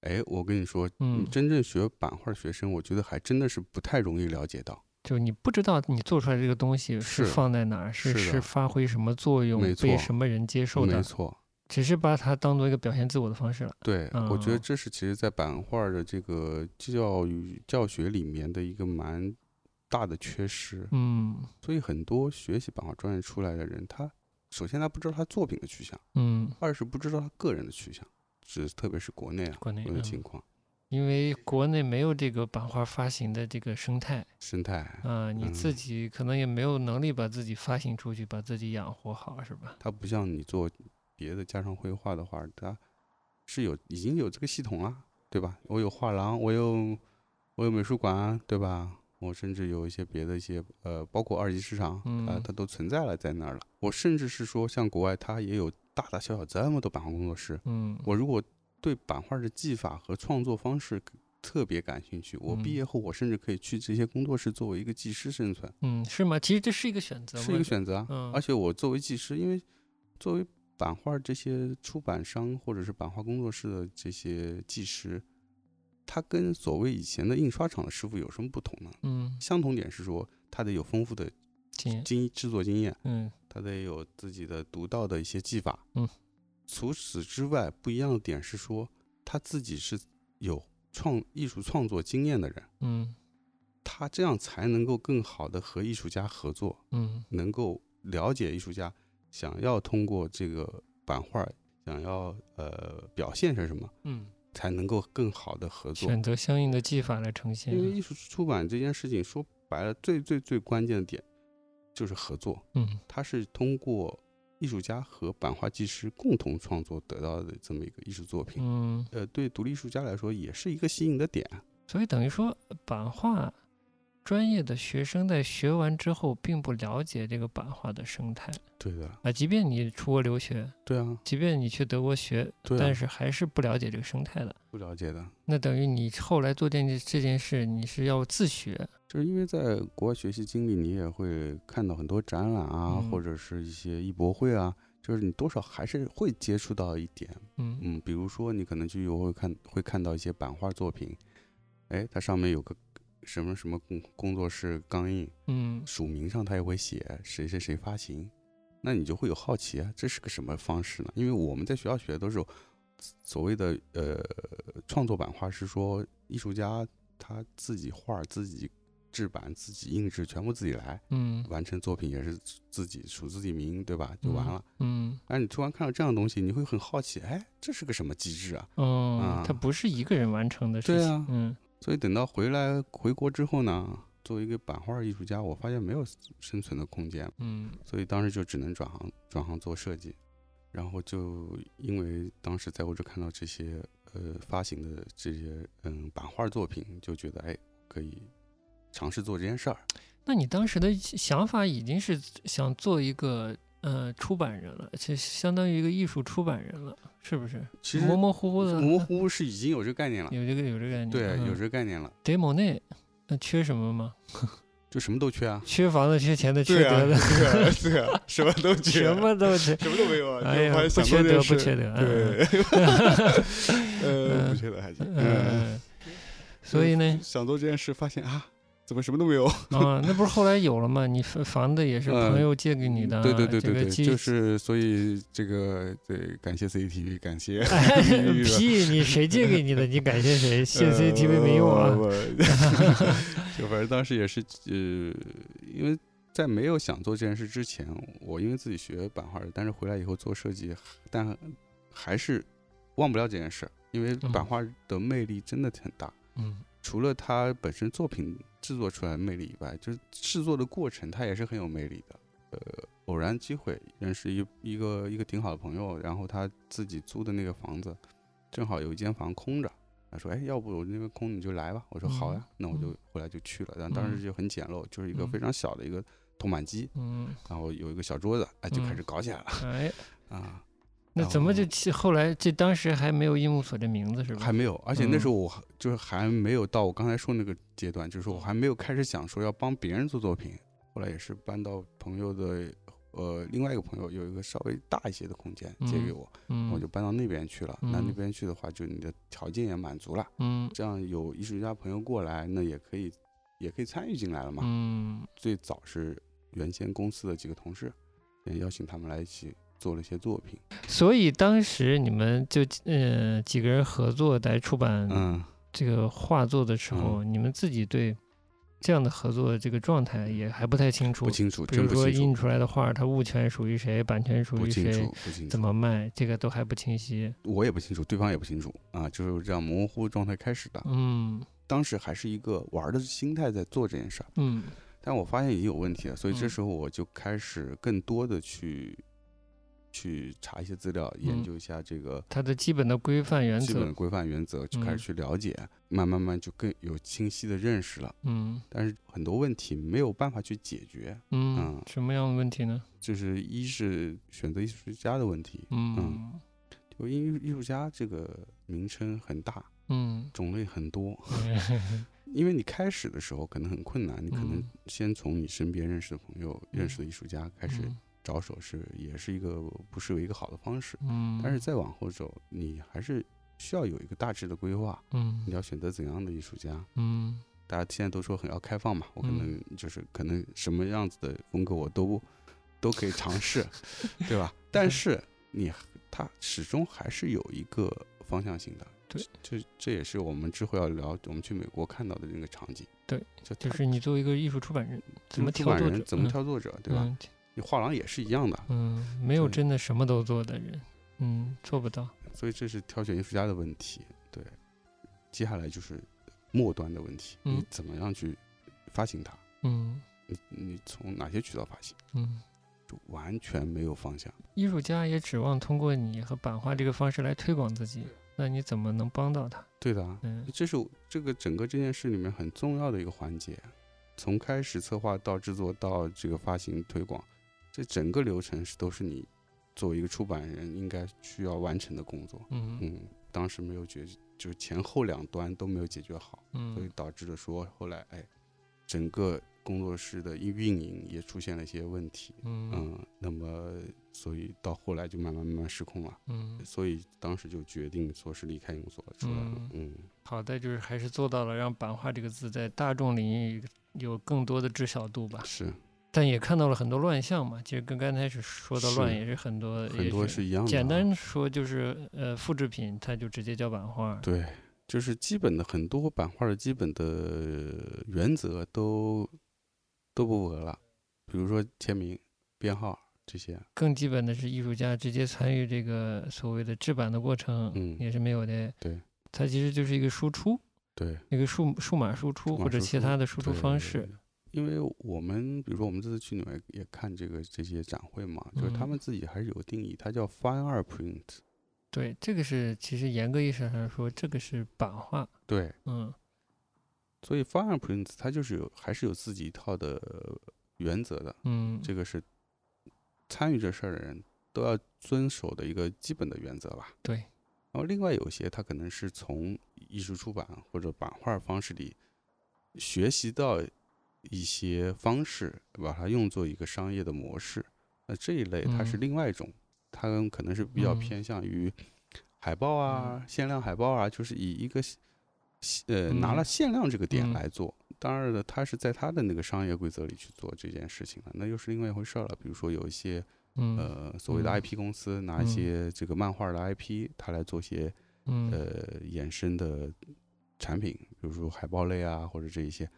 哎，我跟你说，
嗯，
真正学版画学生，我觉得还真的是不太容易了解到。
就是你不知道你做出来这个东西
是
是放在哪儿，是
是的
是发挥什么作用
没，
被
错
什么人接受
没
的，
错，
只是把它当做一个表现自我的方式了。
对，我觉
嗯
得这是其实，在版画的这个教育教学里面的一个蛮大的缺失。
嗯
所以很多学习版画专业出来的人，他首先他不知道他作品的去向，
嗯，
二是不知道他个人的去向，是特别是国内啊，
国内
这种
嗯
情况，
因为国内没有这个版画发行的这个生态
生态，
啊、你自
嗯
己可能也没有能力把自己发行出去，把自己养活好，是吧？
它不像你做别的家常绘画的话，它是有已经有这个系统了，对吧？我有画廊，我有我有美术馆啊，对吧？我甚至有一些别的一些呃，包括二级市场，啊、
嗯
它都存在了在那儿了。我甚至是说，像国外它也有大大小小这么多版画工作室，
嗯，
我如果对版画的技法和创作方式特别感兴趣，我
嗯
毕业后我甚至可以去这些工作室作为一个技师生存，
嗯是吗？其实这是一个选择嘛，
是一个选择啊。
嗯
而且我作为技师，因为作为版画这些出版商或者是版画工作室的这些技师，他跟所谓以前的印刷厂的师傅有什么不同呢？
嗯，
相同点是说，他得有丰富的
经
经制作经验，
嗯
他得有自己的独到的一些技法。
嗯，
除此之外，不一样的点是说他自己是有创艺术创作经验的人，
嗯
他这样才能够更好的和艺术家合作，
嗯
能够了解艺术家想要通过这个版画想要呃表现是什么，
嗯，
才能够更好的合作。
选择相应的技法来呈现
因，为艺术出版这件事情说白了，最最最关键的点就是合作。
嗯
它是通过艺术家和版画技师共同创作得到的这么一个艺术作品。
嗯。
呃，对独立艺术家来说，也是一个吸引的点。
所以等于说，版画专业的学生在学完之后，并不了解这个版画的生态
对的，
啊。即便你出国留学，
对啊，
即便你去德国学，
对啊，
但是还是不了解这个生态的。
不了解的，
那等于你后来做这件这件事，你是要自学，
就是因为在国外学习经历，你也会看到很多展览啊，
嗯
或者是一些艺博会啊，就是你多少还是会接触到一点。
嗯
嗯，比如说你可能去会看会看到一些版画作品，哎，它上面有个什么什么工工作室钢印，
嗯
署名上他也会写谁谁谁发行，那你就会有好奇啊，这是个什么方式呢？因为我们在学校学的都是所谓的呃创作版画，是说艺术家他自己画、自己制版、自己印制，全部自己来
嗯
完成作品，也是自己署自己名，对吧？就完了。
嗯
哎，你突然看到这样的东西，你会很好奇，哎，这是个什么机制啊？
哦
啊，
它不是一个人完成的事
对
情，
啊
嗯
所以等到回来回国之后呢，作为一个版画艺术家，我发现没有生存的空间。
嗯
所以当时就只能转行，转行做设计。然后就因为当时在欧洲看到这些呃发行的这些嗯版画作品，就觉得哎可以尝试做这件事儿。
那你当时的想法已经是想做一个呃出版人了，就相当于一个艺术出版人了，是不是？
其实
模模糊糊的，嗯
模模糊糊是已经有这个概念了，
有这个有这个概念，
对，有
这
这个概念了。
德蒙内，那缺什么吗？
就什么都缺啊。
缺房子、缺钱 的、缺
对啊，
德
对
的，
啊，对啊，什么都缺，
什么都 缺。
什么都没有啊，
哎呀
就我还
不
想
缺
过这
德
个
不
事
缺德
对， 呃，不缺德还行，嗯，
嗯，所以 呢，
想做这件事，发现啊，怎么什么都没有？
啊，那不是后来有了吗？你房房子也是
嗯
朋友借给你的，啊
对对对对
这
对，
个基
就是所以这个对，感谢 CCTV，感谢
哎
地狱啊
屁！你谁借给你的？你感谢谁？谢
呃
嗯
CCTV 没用啊！
我我
就反正当时也是呃，因为在没有想做这件事之前，我因为自己学版画的，但是回来以后做设计，但还是忘不了这件事儿，因为
嗯
版画的魅力真的很大。
嗯
除了它本身作品制作出来的魅力以外，就是制作的过程，它也是很有魅力的。呃，偶然机会认识一一个一个挺好的朋友，然后他自己租的那个房子，正好有一间房空着，他说：“哎，要不我那边空你就来吧。”我说：“好呀。”那我就后来就去了，但当时就很简陋，就是一个
嗯
非常小的一个铜板机，
嗯，
然后有一个小桌子，哎，就
嗯
开始搞起来了
哎，
啊。
那
然
怎么
后
就起后来这当时还没有樱木所这名字是吧？
还没有，而且那
嗯
时候我还就是还没有到我刚才说那个阶段，就是我还没有开始想说要帮别人做作品。后来也是搬到朋友的呃另外一个朋友有一个稍微大一些的空间借给
嗯
我，
嗯，
我就搬到那边去了。那那
嗯
边去的话，就你的条件也满足了，
嗯
这样有艺术家朋友过来，那也可以也可以参与进来了嘛。
嗯
最早是原先公司的几个同事，也邀请他们来一起做了一些作品。
所以当时你们就呃几个人合作来出版
嗯，
这个画作的时候，你们自己对这样的合作这个状态也还不太清楚
不。清楚，
比
真
如
不
说
清
印
楚，
出来的画，它物权属于谁，版权属
不
于
清
谁，
楚，不清楚
怎。么卖，这个都还不清晰。
我也不清楚，对方也不清楚啊，就是这样模模糊糊状态开始的。
嗯
当时还是一个玩儿的心态在做这件事儿，
嗯
但我发现已经有问题了，啊所以这
嗯
时候我就开始更多的去、去查一些资料，研
嗯
究一下这个
它的基本的规范原
基本
则，
规范原则，就开
嗯
始去了解，慢慢慢就更有清晰的认识了。
嗯
但是很多问题没有办法去解决，
嗯
嗯，
什么样的问题呢？
就是一是选择艺术家的问题，
嗯
就因为艺术家这个名称很大，
嗯，
种类很 多，因为你开始的时候可能很困难，你可能
嗯
先从你身边认识的朋友、认识的艺术家开始
嗯
着手是，也是一个不失为一个好的方式。
嗯，
但是再往后走，你还是需要有一个大致的规划，
嗯
你要选择怎样的艺术家。
嗯
大家现在都说很要开放嘛，我可
嗯
能就是可能什么样子的风格我都都可以尝 试，对吧？但是你它始终还是有一个方向性的，
对
这，这这也是我们之后要聊，我们去美国看到的那个场景，
对，
就它
就是你作为一个艺术出版人，怎
就
么
是出
挑
版
作
人
者？
怎么挑作者，对吧？
嗯？
你画廊也是一样的，
嗯，嗯没有
对
真的什么都做的人，嗯，做不到。
所以这是挑选艺术家的问题。对，接下来就是末端的问题，你
嗯
怎么样去发行它？
嗯
你你从哪些渠道发行？
嗯，
就完全没有方向。
艺术家也指望通过你和版画这个方式来推广自己，那你怎么能帮到他？
对的啊，
嗯
这是这个整个这件事里面很重要的一个环节，从开始策划到制作到这个发行推广，这整个流程是都是你作为一个出版人应该需要完成的工作。
嗯
嗯，当时没有解，就是前后两端都没有解决好，所以
嗯
导致了说后来哎，整个工作室的运营也出现了一些问题。
嗯
嗯，那么所以到后来就慢慢慢慢失控了。
嗯，
所以当时就决定说是离开研究所出来了。嗯，
好在就是还是做到了让版画这个字在大众领域有更多的知晓度吧。
是
但也看到了很多乱象嘛，其实跟刚才是说的乱
是
也是很多，
很
也
多
是
是一样的啊。
简单说就是呃复制品，它就直接叫版画。
对，就是基本的很多版画的基本的原则都都不符合了，比如说签名、编号这些。
更基本的是艺术家直接参与这个所谓的制版的过程，
嗯
也是没有的。
对，
它其实就是一个输出，
对，
一个数数码输出
数码
或者
输
其
出
他的输出方式
对。。因为我们比如说我们这次去你们也看这个这些展会嘛，就是他
嗯
们自己还是有定义，它叫 fine art print。
对，这个是其实严格意义上说，这个是版画。
对，
嗯
所以 fine art print 它就是有还是有自己一套的呃原则的。
嗯，
这个是参与这事儿的人都要遵守的一个基本的原则吧。
对，
然后另外有些他可能是从艺术出版或者版画方式里学习到一些方式，把它用作一个商业的模式。那这一类它是
嗯
另外一种，它可能是比较
嗯
偏向于海报啊、限量海报啊，就是以一个呃拿
嗯
了限量这个点
嗯
来做。当然了，它是在它的那个商业规则里去做这件事情了，那又是另外一回事儿了。比如说有一些
嗯
呃所谓的
嗯
IP 公司拿一些这个漫画的 IP，它来做些
嗯
呃衍生的产品，比如说海报类啊，或者这一些。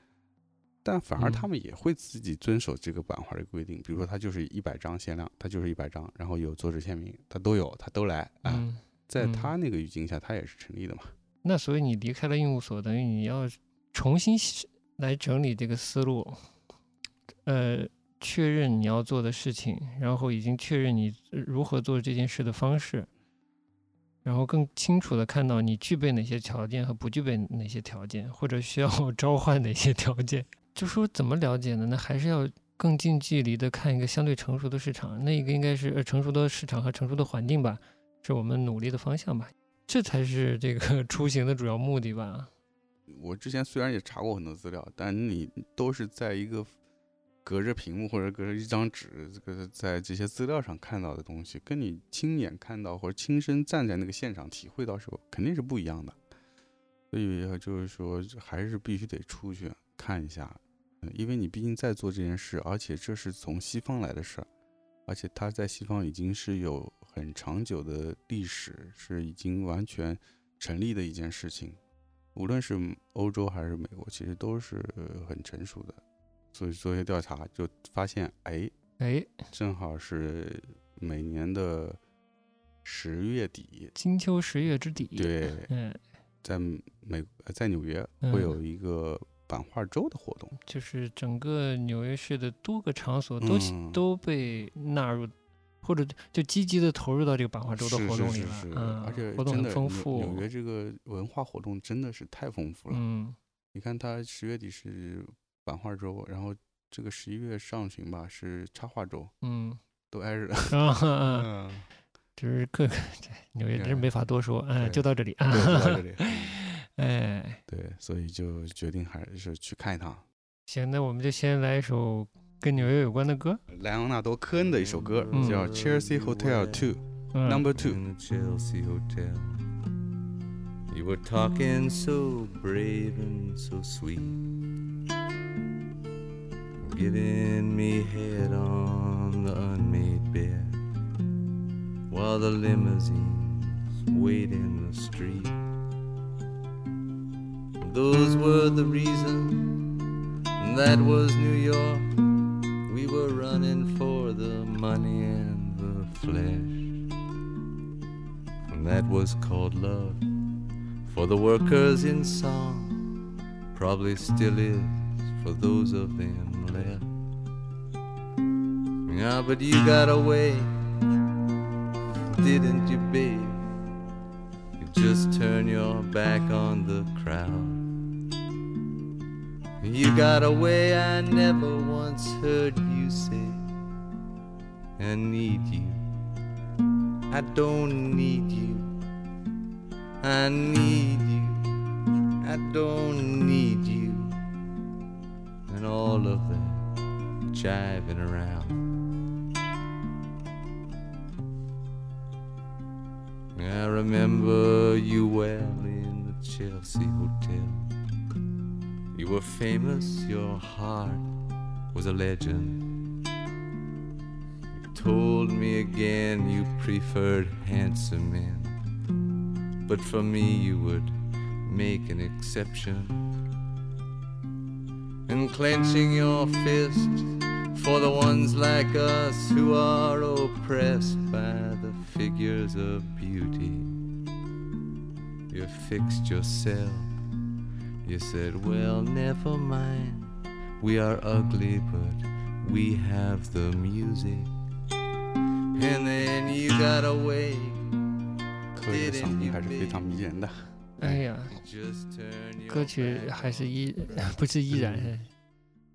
但反而他
嗯
们也会自己遵守这个版画的规定，比如说它就是一百张限量，它就是一百张，然后有作者签名，它都有，它都来啊。
嗯，
在
嗯
他那个语境下，它也是成立的嘛。
那所以你离开了印务所，等于你要重新写来整理这个思路，呃，确认你要做的事情，然后已经确认你呃如何做这件事的方式，然后更清楚的看到你具备哪些条件和不具备哪些条件，或者需要召唤哪些条件。就说怎么了解呢？那还是要更近距离的看一个相对成熟的市场，那一个应该是呃成熟的市场和成熟的环境吧，是我们努力的方向吧。这才是这个 出行的主要目的吧？
我之前虽然也查过很多资料，但你都是在一个隔着屏幕或者隔着一张纸，这个在这些资料上看到的东西，跟你亲眼看到或者亲身站在那个现场体会到时候，肯定是不一样的。所以啊就是说，还是必须得出去看一下，嗯因为你毕竟在做这件事，而且这是从西方来的事儿，而且它在西方已经是有很长久的历史，是已经完全成立的一件事情。无论是欧洲还是美国，其实都是呃很成熟的。所以做一些调查，就发现，哎，
哎，
正好是每年的十月底，
金秋十月之底，，
对，
嗯，
在美呃在纽约
嗯
会有一个版画周的活动。
就是整个纽约市的多个场所都、
嗯
都被纳入，或者就积极的投入到这个版画周的活动里
是
了，
是是是，
嗯，
而且
活
真
动很
的
丰
纽
富
纽，约这个文化活动真的是太丰富了。
嗯
你看，它十月底是版画周，然后这个十一月上旬吧是插画周，
嗯，
都挨着。
啊，
嗯，
就是各个这纽约真没法多说，哎，
对
就到这里
对，就到
啊
这， 里。嗯
哎，
对，所以就决定还是去看一趟
行，那我们就先来一首跟纽约有关的歌，
莱昂纳多·科恩的一首歌，
嗯
叫《Chelsea Hotel Two
嗯
Number Two》。
in the Chelsea Hotel. You were talking so brave and so sweet, giving me head on the unmade bed while the limousines wait in the street. Those were the reasons, that was New York. We were running for the money and the flesh and that was called love for the workers in song probably still is for those of them left yeah but you got away didn't you babe you just turn your back on the crowd you got away i never once heard you say i need you I don't need you. I need you. I don't need you. And all of that jiving around. I remember you well in the Chelsea Hotel. You were famous, your heart was a legend told me again you preferred handsome men. But for me, you would make an exception. And clenching your fist for the ones like us who are oppressed by the figures of beauty, you fixed yourself. You said, Well, never mind. We are ugly, but we have the music. And then you got away.
科恩的嗓音还是非常迷人的。
哎呀，
Just turn your
歌曲
back
还是
呃
on
依 不是依然，是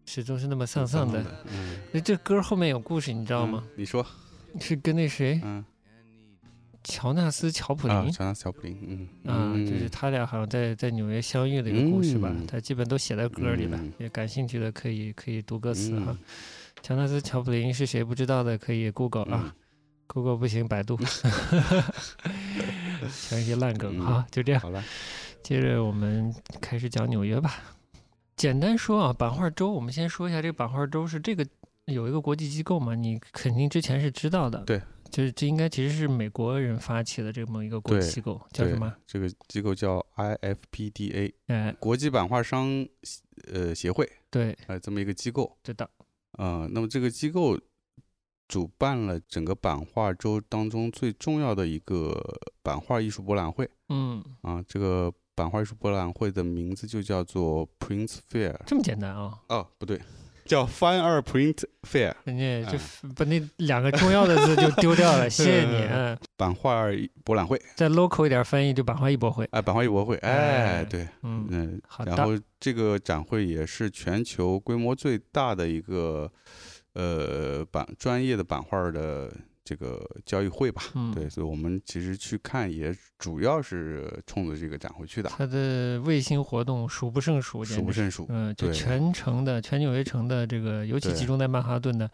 始终是那么丧丧的。
嗯，
那这歌后面有故事，你知
知
道吗？？
你说，
是跟那谁
嗯，
乔纳斯·乔哎普林
啊，乔纳斯·乔普林，嗯
啊，就是他俩好像在在纽约相遇的一个故事吧
嗯，
他基本都写在歌里了
嗯，
也感兴趣的可以可以读歌词哈
嗯。
乔纳斯·乔普林是谁不知道的可以 Google 啊
嗯
，Google 不行，百度，全是些烂梗
嗯
哈，就这样。
好了，
接着我们开始讲纽约吧。简单说啊，版画周，我们先说一下这个版画周是这个有一个国际机构嘛，你肯定之前是知道的。
对，
就是这应该其实是美国人发起的这么一个国际
对
机构，叫什
对
么？
这个机构叫 IFPDA
哎，
国际版画商呃协会，
对，
呃这么一个机构，
知道。
呃，那么这个机构主办了整个版画周当中最重要的一个版画艺术博览会
嗯，
啊、这个版画艺术博览会的名字就叫做 Prince Fair，
这么简单啊！
哦，不对，叫 Fine Art Print Fair
人家就
哎
把那两个重要的字就丢掉 了，谢谢你。嗯，
版画博览会，
再 local 一点翻译就版画艺博会。
哎，版画艺博会，
哎
哎，对，
嗯，
嗯，
好
然
的
后这个展会也是全球规模最大的一个呃版专业的版画的这个交易会吧。
嗯，
对，所以我们其实去看也主要是冲着这个展会去的，
它的卫星活动数不胜数，
数
简
不
直
胜数。
嗯，就
对
全城的全纽约城的这个，尤其集
对
中在曼哈顿的，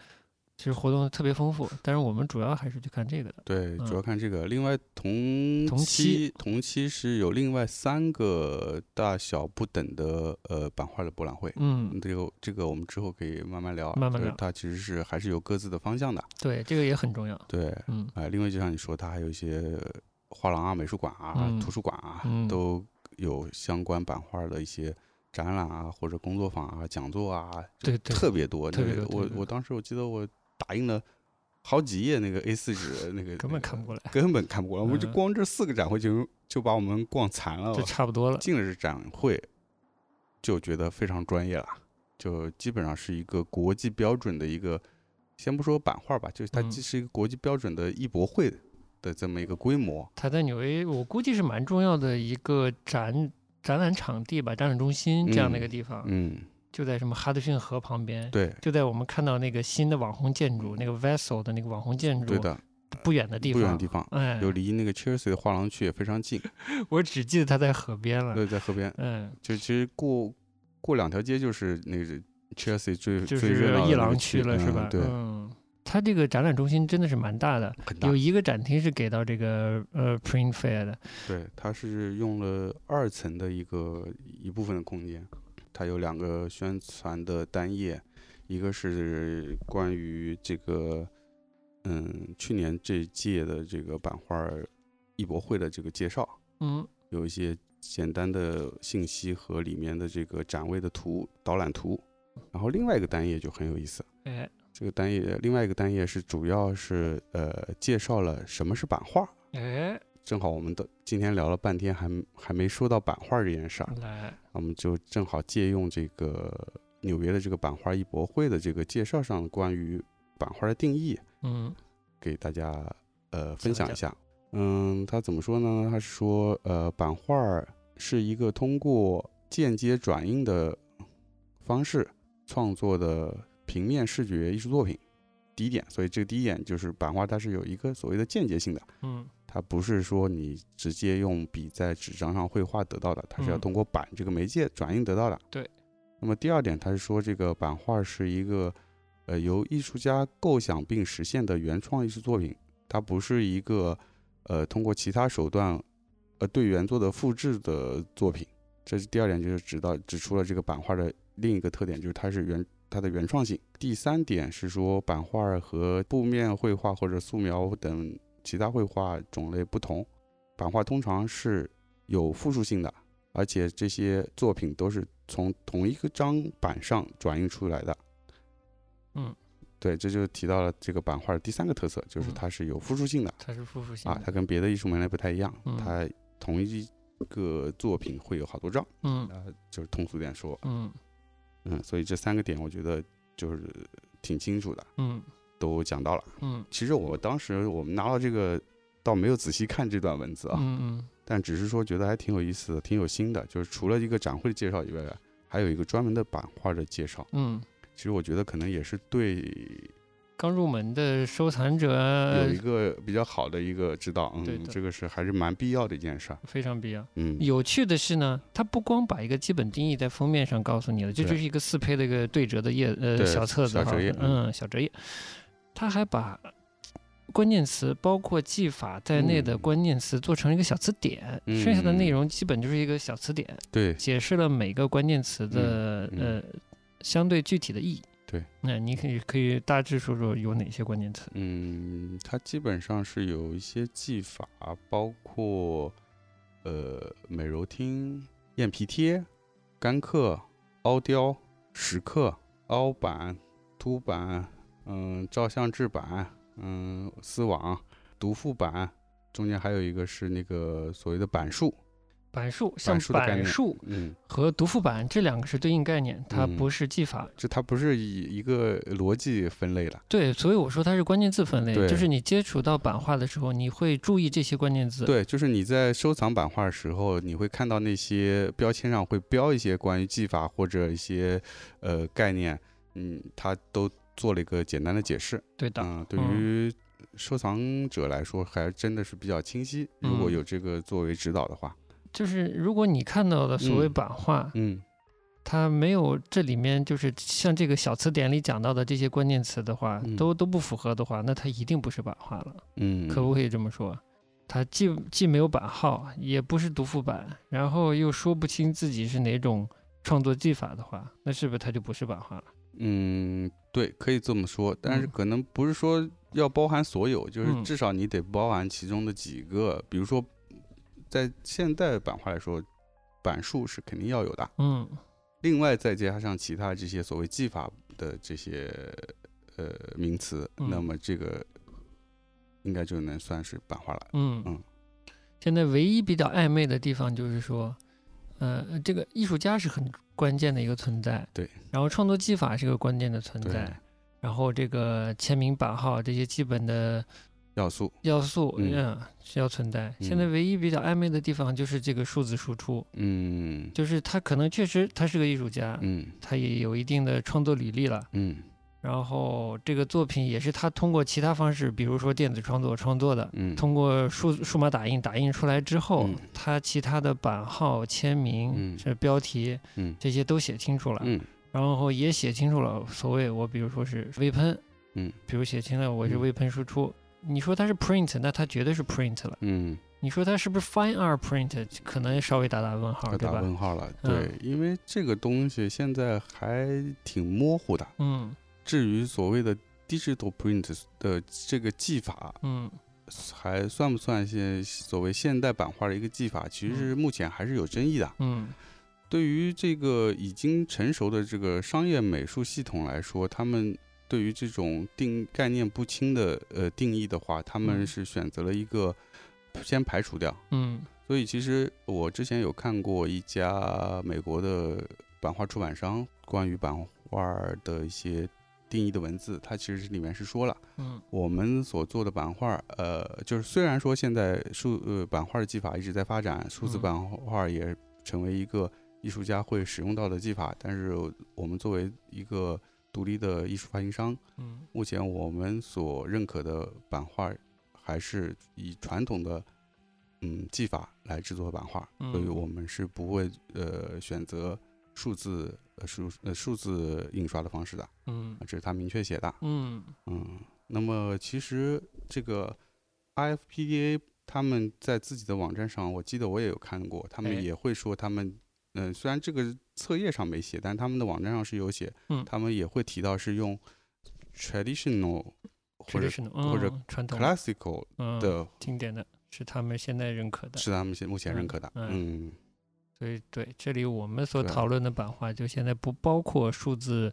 其实活动特别丰富。但是我们主要还是去看这个的。
对，
嗯
主要看这个。另外，同
同期
期同期是有另外三个大小不等的呃版画的博览会。
嗯，
这个这个我们之后可以慢慢聊啊，
慢
就
慢
是
聊
它其实是还是有各自的方向的。
对，这个也很重要。
对，
嗯
啊，另外就像你说，它还有一些画廊啊、美术馆啊、
嗯
图书馆啊，
嗯
都有相关版画的一些展览啊，或者工作坊啊、讲座啊，就
对对
特别多。
特别
那个
多特别多
我我当时我记得我打印了好几页那个 A4 纸，那个
根本看不过来，
根本看不过来，我们就
嗯
光这四个展会就就把我们逛残了
就。差不多了。
进了这展会，就觉得非常专业了，就基本上是一个国际标准的一个，先不说版画吧，就是它
嗯
既是一个国际标准的艺博会的这么一个规模。
它在纽约，我估计是蛮重要的一个展展览场地吧，展览中心这样的一个
嗯
地方，
嗯，
就在什么哈德逊河旁边。
对，
就在我们看到那个新的网红建筑，那个 Vessel 的那个网红建
对
筑
的，
不远的地
不
方，
远的地方，
哎，
有离那个 Chelsea 的画廊区也非常近，
我只记得它在河边了。
对，在河边，
嗯，
就其实过过两条街就是那个 Chelsea 最
就
呃最热
是
闹的
伊
那个
朗区了，是
嗯
吧？
对，
嗯，它这个展览中心真的是蛮大的，
很大
有，一个展厅是给到这个呃 Print Fair 的，
对，它是用了二层的一个一部分的空间，它有两个宣传的单页，一个是关于这个，嗯，去年这届的这个版画儿艺博会的这个介绍，
嗯
有一些简单的信息和里面的这个展位的图导览图，然后另外一个单页就很有意思。
哎，
这个单页，另外一个单页是主要是呃介绍了什么是版画，
哎，
正好我们的今天聊了半天还，还没说到版画这件事儿，
来，
我们就正好借用这个纽约的这个版画艺博会的这个介绍上关于版画的定义，
嗯
给大家呃分享一下。嗯，他怎么说呢？他是说，呃，版画儿是一个通过间接转印的方式创作的平面视觉艺术作品。第一点，所以这个第一点就是版画，它是有一个所谓的间接性的。
嗯
它不是说你直接用笔在纸张上绘画得到的，它是要
嗯
通过版这个媒介转印得到的。
对。
那么第二点，它是说这个版画是一个，呃，由艺术家构想并实现的原创艺术作品，它不是一个，呃，通过其他手段，呃，对原作的复制的作品。这是第二点，就是指到指出了这个版画的另一个特点，就是它是原它的原创性。第三点是说，版画和布面绘画或者素描等其他绘画种类不同，版画通常是有复数性的，而且这些作品都是从同一个张板上转印出来的。
嗯，
对，这就提到了这个版画的第三个特色，就是
嗯
它是有复数性的。
它是复复性
啊，
的，
它跟别的艺术门类不太一样，
嗯
它同一个作品会有好多张，
嗯
啊，就是通俗点说，
嗯
嗯，所以这三个点我觉得就是挺清楚的，
嗯
都讲到了。
嗯
其实我当时我们拿到这个，倒没有仔细看这段文字啊，
嗯
但只是说觉得还挺有意思的，挺有新的，就是除了一个展会的介绍以外，啊还有一个专门的版画的介绍。
嗯
其实我觉得可能也是对
刚入门的收藏者
有一个比较好的一个指导，
呃对
嗯，
的
这个是还是蛮必要的一件事儿，
非常必要。
嗯，
有趣的是呢，它不光把一个基本定义在封面上告诉你了，这
对
就是一个四配的一个对折的页呃
对
小册子
小
哈
折页嗯
嗯，小折页，它还把关键词包括技法在内的
嗯
关键词做成一个小词典，
嗯
剩下的
嗯
内
嗯
容基本就是一个小词典，
对，
解释了每个关键词的、
嗯嗯
呃相对具体的意义。
对，
那你可以可以大致说说有哪些关键词？
嗯，它基本上是有一些技法，包括呃美柔汀、燕皮贴、干刻、凹雕、石刻、凹板、凸板、嗯照相制板、嗯丝网、独副板，中间还有一个是那个所谓的板数，
板数像
数的概
板
念
数
嗯，
和读副板这两个是对应概念，它
嗯
不是技法。
这它不是以一个逻辑分类的，
对，所以我说它是关键字分类，
对
就是你接触到版画的时候，你会注意这些关键字。
对，就是你在收藏版画的时候，你会看到那些标签上会标一些关于技法或者一些呃概念，嗯，它都做了一个简单的解释。
对的，
嗯，对
嗯
于收藏者来说，还真的是比较清晰。如果
嗯
有这个作为指导的话，
就是如果你看到的所谓
嗯
版画，
嗯，
它没有这里面就是像这个小词典里讲到的这些关键词的话，
嗯
都都不符合的话，那它一定不是版画了。
嗯，
可不可以这么说？它既既没有版号，也不是读副版，然后又说不清自己是哪种创作技法的话，那是不是它就不是版画了？
嗯，对，可以这么说，但是
嗯
可能不是说要包含所有，就是
嗯
至少你得包含其中的几个，比如说，在现代版画来说，版数是肯定要有的，
嗯，
另外再加上其他这些所谓技法的这些呃名词，
嗯
那么这个应该就能算是版画了。
嗯
嗯，
现在唯一比较暧昧的地方就是说，呃，这个艺术家是很关键的一个存在，
对，
然后创作技法是个关键的存
对
在，，然后这个签名版号这些基本的
要素，
要素，
嗯
嗯，是要存在。现在
嗯
唯一比较暧昧的地方就是这个数字输出，
嗯
就是他可能确实他是个艺术家，
嗯
他也有一定的创作履历了。
嗯
然后这个作品也是他通过其他方式，比如说电子创作创作的，
嗯，
通过数数码打印打印出来之后，
嗯
它其他的版号、签名、
嗯
这标题
嗯
这些都写清楚了，
嗯
然后也写清楚了所谓我比如说是微喷，
嗯，
比如写清了我是
嗯
微喷输出。你说它是 print，那它绝对是 print 了。
嗯，
你说它是不是 fine art print，可能稍微打打问号，
要
对
打
吧？
问号了。
嗯
对，因为这个东西现在还挺模糊的。
嗯
至于所谓的 digital print 的这个技法，
嗯，
还算不算现所谓现代版画的一个技法，其实是目前还是有争议的。
嗯
对于这个已经成熟的这个商业美术系统来说，他们对于这种定概念不清的呃定义的话，他们
嗯
是选择了一个先排除掉。
嗯
所以其实我之前有看过一家美国的版画出版商关于版画的一些定义的文字，它其实里面是说了。
嗯
我们所做的版画，呃，就是虽然说现在数呃版画的技法一直在发展，数字
嗯
版画也成为一个艺术家会使用到的技法，但是我们作为一个独立的艺术发行商，
嗯
目前我们所认可的版画还是以传统的嗯技法来制作版画，所以
嗯
我们是不会呃选择数字呃数呃数字印刷的方式的，
嗯
这是他明确写的。
嗯
嗯，那么其实这个 IFPDA 他们在自己的网站上，我记得我也有看过，他
哎
们也会说他们，嗯、虽然这个册页上没写，但他们的网站上是有写，
嗯
他们也会提到是用 traditional 或者
traditional，
或者
嗯传统
classical
嗯
的，
经典的是他们现在认可的，
是他们现目前认可的，
嗯
嗯，
所以对这里我们所
对
讨论的版画，就现在不包括数字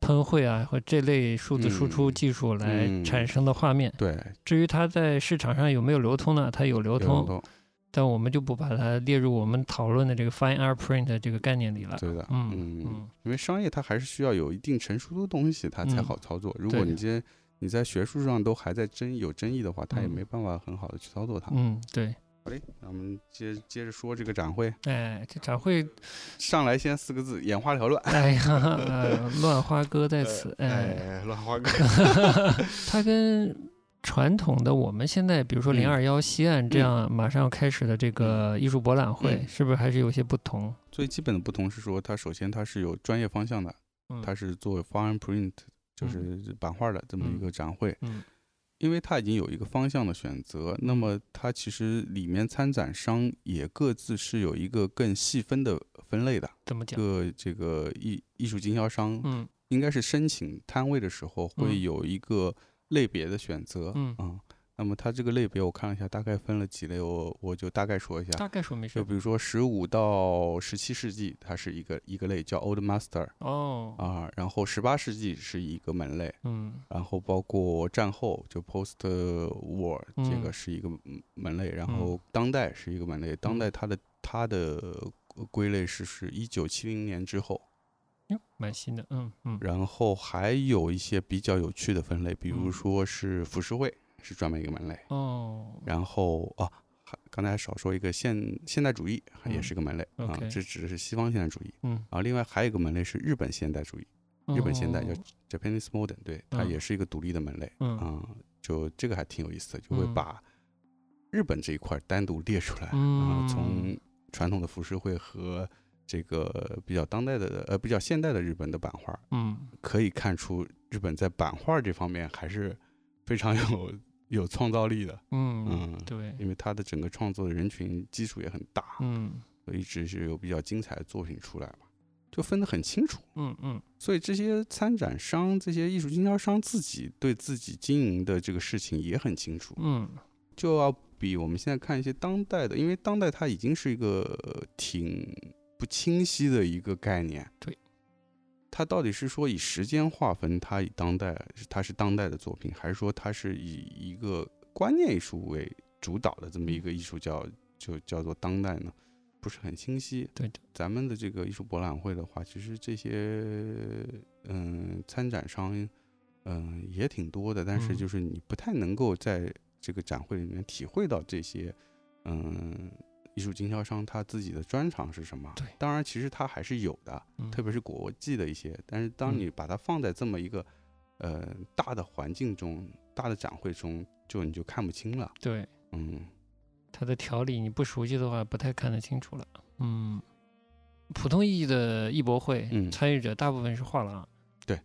喷绘啊和这类数字输出
嗯
技术来
嗯
产生的画面。
对，
至于它在市场上有没有流通呢？它有流
有
通，
通，
但我们就不把它列入我们讨论的这个 fine art print 这个概念里了。
对的，
嗯嗯
因为商业它还是需要有一定成熟的东西，它才
嗯
好操作。如果
对
你这你在学术上都还在争有争议的话，它也
嗯
没办法很好的去操作它。
嗯，对。
好嘞，那我们接接着说这个展会。
哎，这展会，
上来先四个字：眼花缭乱。
哎呀， 呃乱花哥在此，哎，
哎，乱花哥，
它跟传统的我们现在，比如说
嗯
零二幺西岸这样马上要开始的这个艺术博览会，
嗯
是不是还是有些不同？
最基本的不同是说，它首先它是有专业方向的，
嗯，
它是做 fine print，就是版画的这么一个展会。
嗯
因为它已经有一个方向的选择，那么它其实里面参展商也各自是有一个更细分的分类的。
怎么讲？
各这个艺艺术经销商
嗯
应该是申请摊位的时候会
嗯
有一个类别的选择，
嗯，
那么它这个类别我看了一下，大概分了几类，我我就大概说一下，
大概说明
就是比如说十五到十七世纪，它是一个一个类叫 Old Master
哦，
啊，然后十八世纪是一个门类，
嗯
然后包括战后就 Post War 这
嗯
个是一个嗯门类，然
嗯
后当代是一个门类，当
嗯
代它的它的呃归类是是一九七零年之后。
哟，蛮新的，嗯嗯
然后还有一些比较有趣的分类，比如
嗯
说是浮世绘，是专门一个门类。
哦，
然后啊，还刚才少说一个现现代主义，也
嗯
是个门类、啊
OK，
这只是西方现代主义。
嗯，
然后另外还有一个门类是日本现代主义，日本现代叫
哦
Japanese Modern，对，它
嗯
也是一个独立的门类
嗯
啊、就这个还挺有意思的，就会
嗯
把日本这一块单独列出来啊、
嗯
从传统的浮世绘和这个比较当代的呃比较现代的日本的版画，
嗯
可以看出日本在版画这方面还是非常有 有创造力的，
嗯
嗯
对，
因为它的整个创作的人群基础也很大，
嗯
所以一直是有比较精彩的作品出来嘛，就分得很清楚。
嗯嗯
所以这些参展商、这些艺术经销商自己对自己经营的这个事情也很清楚，
嗯
就要比我们现在看一些当代的，因为当代它已经是一个呃挺不清晰的一个概念。
对，
它到底是说以时间划分它以当代它是当代的作品，还是说它是以一个观念艺术为主导的这么一个艺术叫就叫做当代呢？不是很清晰。
对的，
咱们的这个艺术博览会的话，其实这些嗯、参展商嗯、也挺多的，但是
嗯
就是你不太能够在这个展会里面体会到这些嗯、艺术经销商他自己的专长是什么。
对
当然其实他还是有的，
嗯
特别是国际的一些，但是当
嗯
你把它放在这么一个呃大的环境中、大的展会中，就你就看不清了。
对
嗯，
它的条理你不熟悉的话，不太看得清楚了。嗯，普通意义的艺博会，
嗯
参与者大部分是画廊，
对，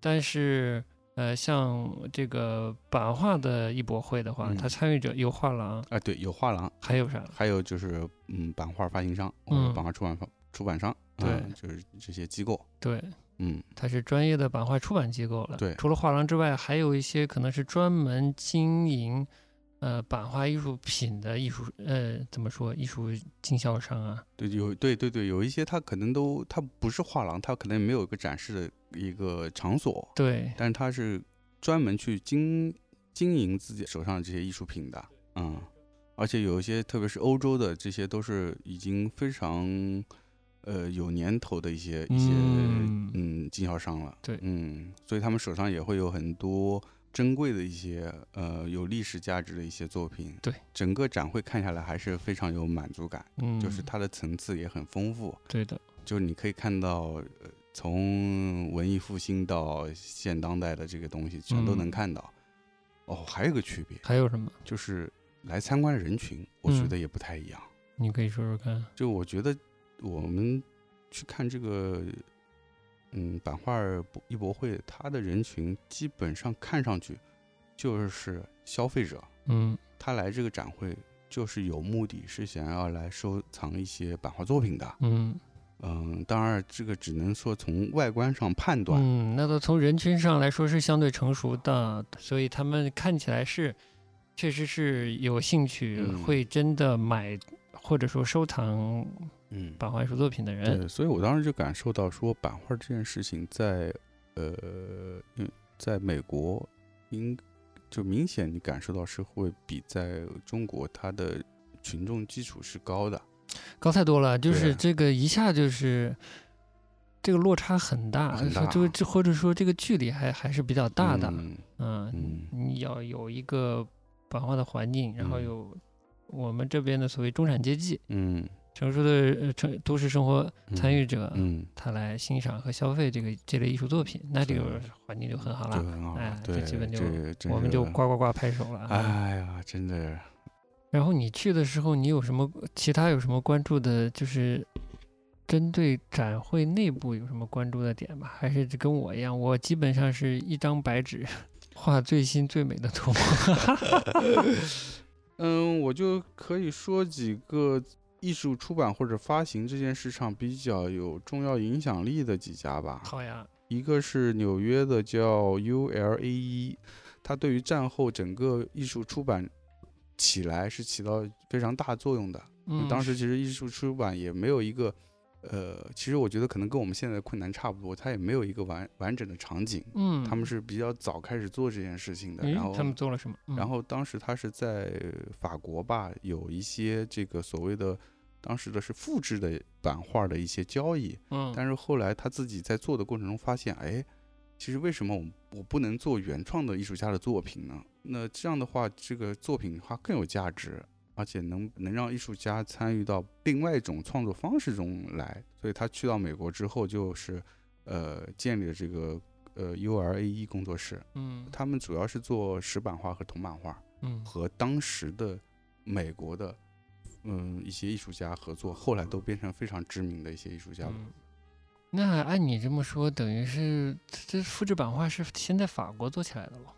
但是。呃，像这个版画的艺博会的话，
嗯
它参与者有画廊，
啊，对，有画廊，
还有啥？
还有就是嗯，版画发行商或者
嗯
版画出版方、出版商，
对
嗯就是这些机构，
对，
嗯，
它是专业的版画出版机构了。
对
除了画廊之外，还有一些可能是专门经营呃版画艺术品的艺术呃怎么说艺术经销商啊？
对，有对对对，有一些它可能都它不是画廊，它可能没有一个展示的一个场所，
对，
但是它是专门去经经营自己手上的这些艺术品的，嗯，而且有一些，特别是欧洲的，这些都是已经非常呃有年头的一些一些
嗯
嗯经销商了，
对
嗯，所以他们手上也会有很多珍贵的一些呃有历史价值的一些作品，
对，
整个展会看下来还是非常有满足感，
嗯，
就是它的层次也很丰富，
对的，
就是你可以看到，呃，从文艺复兴到现当代的这个东西，全都能
嗯
看到。哦，还有个区别
还有什么？
就是来参观的人群，我觉
嗯
得也不太一样。
你可以说说看。
就我觉得我们去看这个，嗯，版画儿博艺博会，它的人群基本上看上去就是消费者，
嗯
他来这个展会就是有目的，是想要来收藏一些版画作品的。
嗯
嗯，当然，这个只能说从外观上判断。
嗯，那都从人群上来说是相对成熟的，所以他们看起来是确实是有兴趣，
嗯
会真的买或者说收藏
嗯
版画艺术作品的人。
对，所以我当时就感受到说，版画这件事情在呃，嗯，在美国应就明显你感受到是会比在中国它的群众基础是高的。
高太多了，就
对
是这个一下就是这个落差很大，
很
说
大
这个这或者说这个距离还还是比较大的，
嗯
嗯，
嗯
你要有一个版画的环境，然后
嗯
有我们这边的所谓中产阶级、
嗯
成熟的呃城都市生活参与者，
嗯，
他来欣赏和消费这个这类艺术作品，那这个
对
环境就很好
这
了。
很好
哎，
对，
这基本就
这真
我们
是
就呱呱呱拍手了。
哎呀，真的，
然后你去的时候，你有什么其他有什么关注的？就是针对展会内部有什么关注的点吗？还是跟我一样，我基本上是一张白纸， 画最新最美的图。
嗯，我就可以说几个艺术出版或者发行这件事上比较有重要影响力的几家吧。
好呀，
一个是纽约的叫 ULAE，它 E，对于战后整个艺术出版起来是起到非常大作用的。
嗯，
当时其实艺术出版也没有一个，呃，其实我觉得可能跟我们现在的困难差不多，它也没有一个完完整的场景。
嗯，
他们是比较早开始做这件事情的，
诶
然后
他们做了什么？嗯
然后当时他是在法国吧，有一些这个所谓的当时的是复制的版画的一些交易，
嗯，
但是后来他自己在做的过程中发现，哎，其实为什么我我不能做原创的艺术家的作品呢？那这样的话，这个作品它更有价值，而且能能让艺术家参与到另外一种创作方式中来。所以他去到美国之后，就是呃建立了这个呃 URAE 工作室，
嗯
他们主要是做石版画和铜版画。
嗯
和当时的美国的嗯一些艺术家合作，后来都变成非常知名的一些艺术家了。
嗯，那按你这么说，等于是这这复制版画是先在法国做起来的了。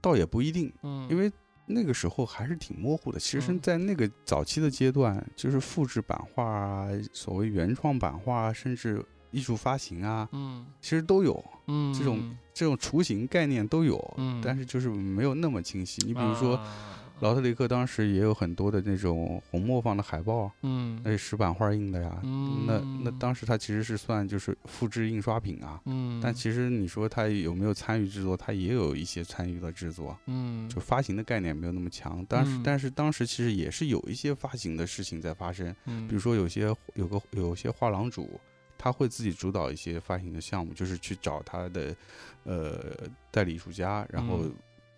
倒也不一定，
嗯，
因为那个时候还是挺模糊的。其实，
嗯
在那个早期的阶段，就是复制版画啊，所谓原创版画啊，甚至艺术发行啊，
嗯
其实都有
嗯
这种这种雏形概念都有，
嗯
但是就是没有那么清晰。你
你
比如说，
啊、
劳特雷克当时也有很多的那种红磨坊的海报，
嗯
那是石版画印的呀，那那
嗯
当时它其实是算就是复制印刷品啊，
嗯，
但其实你说它有没有参与制作，它也有一些参与了制作，
嗯
就发行的概念没有那么强。当时
嗯
但是当时其实也是有一些发行的事情在发生，
嗯
比如说有些有个有些画廊主。他会自己主导一些发行的项目，就是去找他的，呃，代理艺术家，然后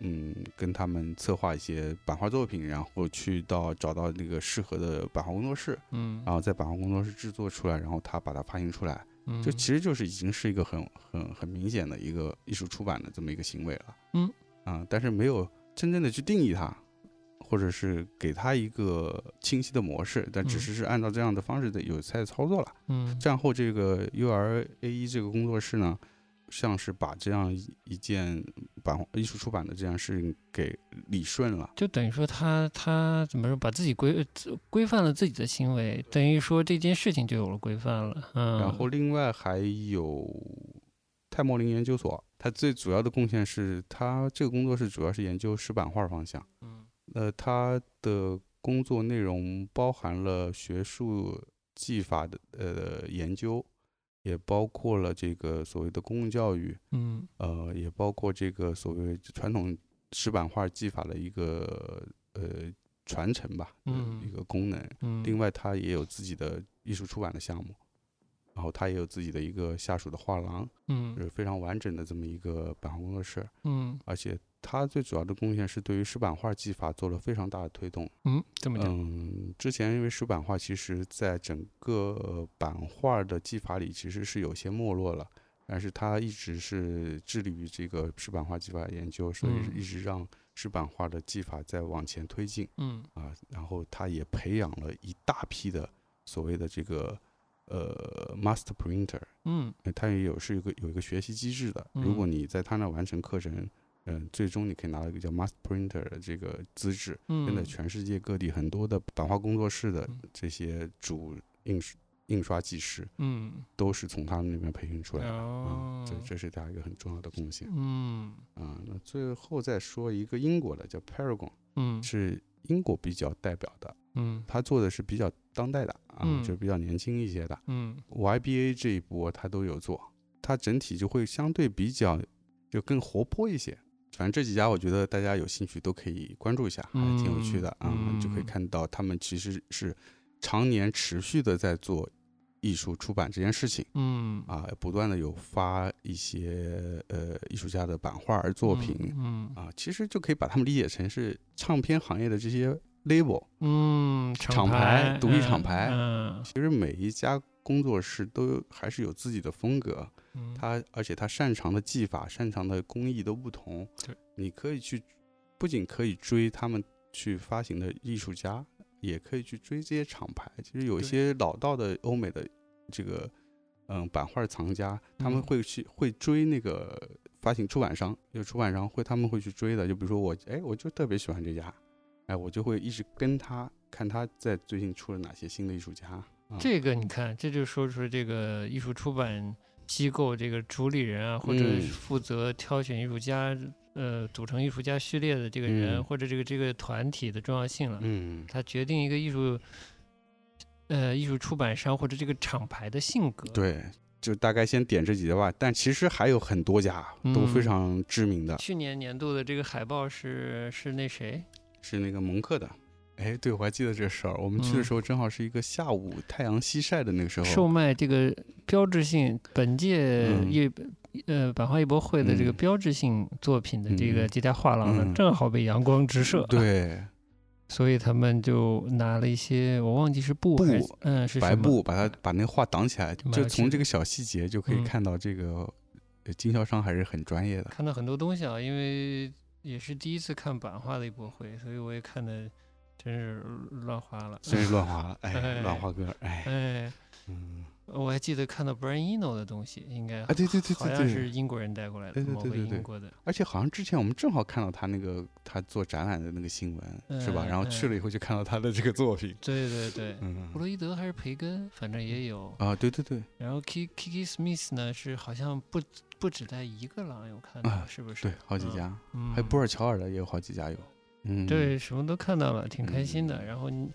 嗯
嗯，跟他们策划一些版画作品，然后去到找到那个适合的版画工作室，
嗯
然后在版画工作室制作出来，然后他把它发行出来，就
嗯
其实就是已经是一个很很很明显的一个艺术出版的这么一个行为了。
嗯，
啊、但是没有真正的去定义它，或者是给它一个清晰的模式，但只
嗯
是是按照这样的方式的有在操作了。
嗯
战后这个 URAE 这个工作室呢，像是把这样一一件版画艺术出版的这样事情给理顺了。
就等于说他他怎么说，把自己规自规范了自己的行为，等于说这件事情就有了规范了。嗯，
然后另外还有泰莫林研究所，它最主要的贡献是，它这个工作室主要是研究石版画方向。
嗯
呃，它的工作内容包含了学术技法的呃研究，也包括了这个所谓的公共教育，
嗯
呃，也包括这个所谓传统石版画技法的一个呃传承吧，呃
嗯
一个功能。
嗯，
另外，他也有自己的艺术出版的项目，然后他也有自己的一个下属的画廊，就
嗯
是非常完整的这么一个版画工作室。
嗯
而且，他最主要的贡献是对于石版画技法做了非常大的推动。
嗯，怎么讲？
嗯，之前因为石版画其实在整个版画的技法里其实是有些没落了，但是他一直是致力于这个石版画技法研究，所以
嗯
一直让石版画的技法在往前推进。
嗯
啊，然后他也培养了一大批的所谓的这个呃 master printer，
嗯
呃他也有是有一个有一个学习机制的。如果
嗯
你在他那完成课程，嗯、最终你可以拿到一个叫 master printer 的这个资质。
嗯，
现在全世界各地很多的版画工作室的
嗯
这些主印刷印刷技师
嗯
都是从他们那边培训出来的。啊，
哦
这这是他一个很重要的贡献
嗯
啊、那最后再说一个英国的叫 Paragon，
嗯
是英国比较代表的
嗯
他做的是比较当代的啊，
嗯
就是比较年轻一些的。
嗯
YBA 这一波他都有做，它整体就会相对比较就更活泼一些。反正这几家我觉得大家有兴趣都可以关注一下，还挺有趣的啊、
嗯嗯
就可以看到他们其实是常年持续的在做艺术出版这件事情
嗯
啊，不断的有发一些呃艺术家的版画儿作品、
嗯
啊，其实就可以把他们理解成是唱片行业的这些 label，
嗯，
厂
牌
牌，独立厂
嗯
牌
嗯
其实每一家工作室都有还是有自己的风格，
嗯，
他而且他擅长的技法、擅长的工艺都不同。
对，
你可以去，不仅可以追他们去发行的艺术家，也可以去追这些厂牌。其实有一
对
些老道的欧美的这个嗯版画藏家，他们
嗯
会去、会追那个发行出版商，有出版商会他们会去追的。就比如说我，哎，我就特别喜欢这家，哎，我就会一直跟他看他在最近出了哪些新的艺术家。嗯
这个你看，这就说出这个艺术出版机构这个主理人啊，或者
嗯
负责挑选艺术家，呃，组成艺术家序列的这个人，
嗯
或者这个这个团体的重要性了。
嗯，
它决定一个艺术，呃，艺术出版商或者这个厂牌的性格。，
对，就大概先点这几家吧。但其实还有很多家啊都非
嗯
常知名的，
去年年度的这个海报是是那谁？
是那个蒙克的。哎，对，我还记得这事儿。我们去的
嗯
时候正好是一个下午太阳西晒的那个时
售
候，
卖这个标志性本届
嗯
艺、呃版画艺博会的这个
嗯
标志性作品的这个
嗯
这家画廊呢，
嗯
正好被阳光直射，，
对，
所以他们就拿了一些我忘记是布
布
还是嗯是
白
什么
布把它把那画挡起来，
就蛮
就
有趣
从
的
这个小细节就可以
嗯
看到这个呃经销商还是很专业的。
看到很多东西啊，因为也是第一次看版画的艺博会，所以我也看的真是乱花了，
真是乱花了，哎，
哎
乱花哥，哎，
哎。
嗯，
我还记得看到 Brian Eno 的东西，应该
啊，对对对
好
对
像
对，
是英国人带过来的，
对对
某
对
个
对对
英国的。
而且好像之前我们正好看到他那个他做展览的那个新闻，是吧？
嗯
然后去了以后就看到他的这个作品，
对对对，
嗯
弗，洛伊德还是培根，反正也有。
啊，对对对，
然后 K Kiki Smith 呢是好像不不止在一个廊有看
啊
到，是不是？
对，好几
嗯
家，
嗯，
还有布尔乔尔的也有好几家有。嗯，
对，什么都看到了，挺开心的。然后你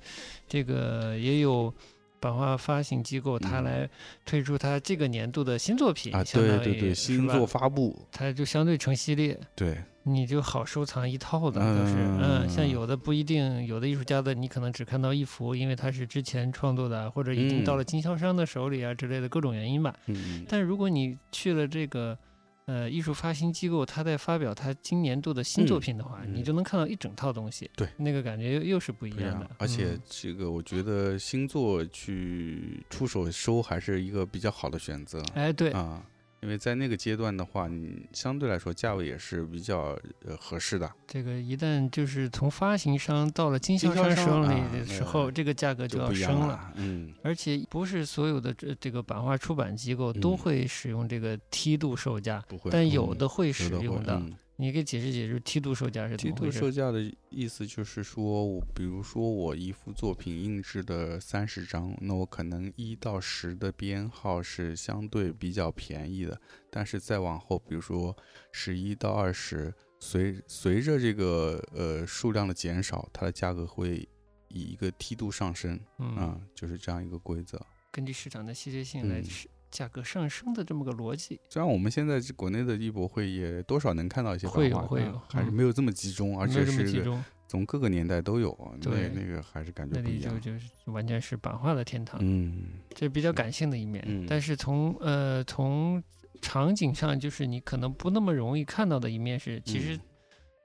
这个也有版画发行机构，他
嗯
来推出他这个年度的新作品，
啊，
相当
对
于
对对，新作，发布，
它就相对成系列。
对，
你就好收藏一套的，都是嗯，像
嗯
有的不一定，有的艺术家的你可能只看到一幅，因为他是之前创作的啊，或者已经到
嗯
了经销商的手里啊之类的各种原因吧。
嗯，
但如果你去了这个呃艺术发行机构，他在发表他今年度的新作
嗯
品的话，
嗯
你就能看到一整套东西，
对，
那个感觉又又是不一
不一
样
样
的。
啊而且
嗯
这个我觉得新作去出手收还是一个比较好的选择
哎，对，
啊，因为在那个阶段的话，你相对来说价位也是比较呃合适的，
这个一旦就是从发行商到了经销
经销
商
商
手里
啊
的
那
时
个
候，这个价格
就
要
不一
升
样
了。
了，嗯，
而且不是所有的这这个版画出版机构都
嗯
会使用这个梯度售价，
不会，
但有
嗯
的会使
有的会
用的。
嗯
你给解释解释梯度售价是怎
梯
么回
度
事
售？价的意思就是说，我比如说我一幅作品印制的三十张，那我可能一到十的编号是相对比较便宜的，但是再往后，比如说十一到二十，随随着这个呃数量的减少，它的价格会以一个梯度上升啊、
嗯，
就是这样一个规则。
根据市场的稀缺性来
嗯
是价格上升的这么个逻辑。
虽然我们现在这国内的艺博会也多少能看到一些版
会有
画，
会
但
有
还是
嗯
没有这么集中，而
没有
且
这么
是
集
个
中，
从各个年代都有，啊那
对
那个还是感觉
那
不
里
一
就
样。
就是完全是版画的天堂，
嗯，
这比较感性的一面。
嗯
但是从呃从场景上，就是你可能不那么容易看到的一面是，其实
嗯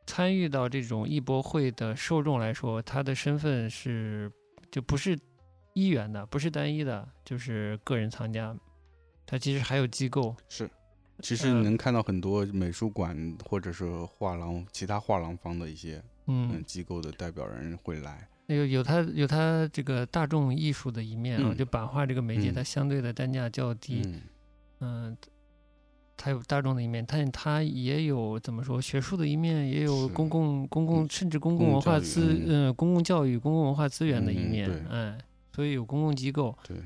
参与到这种艺博会的受众来说，他的身份是就不是一元的，不是单一的，就是个人藏家，他其实还有机构，
是。其实
呃
能看到很多美术馆或者是画廊、其他画廊方的一些嗯
嗯，
机构的代表人会来，
有有它有它这个大众艺术的一面啊，
嗯
就版画这个媒介，
嗯
它相对的单价较低，
嗯
嗯，它有大众的一面，但它也有怎么说学术的一面，也有
是
公共公共
嗯
甚至公
公
共
共
文化
教育
资
嗯
呃公共教育、公共文化资源的一
嗯
面
对，
哎，所以有公共机构
对，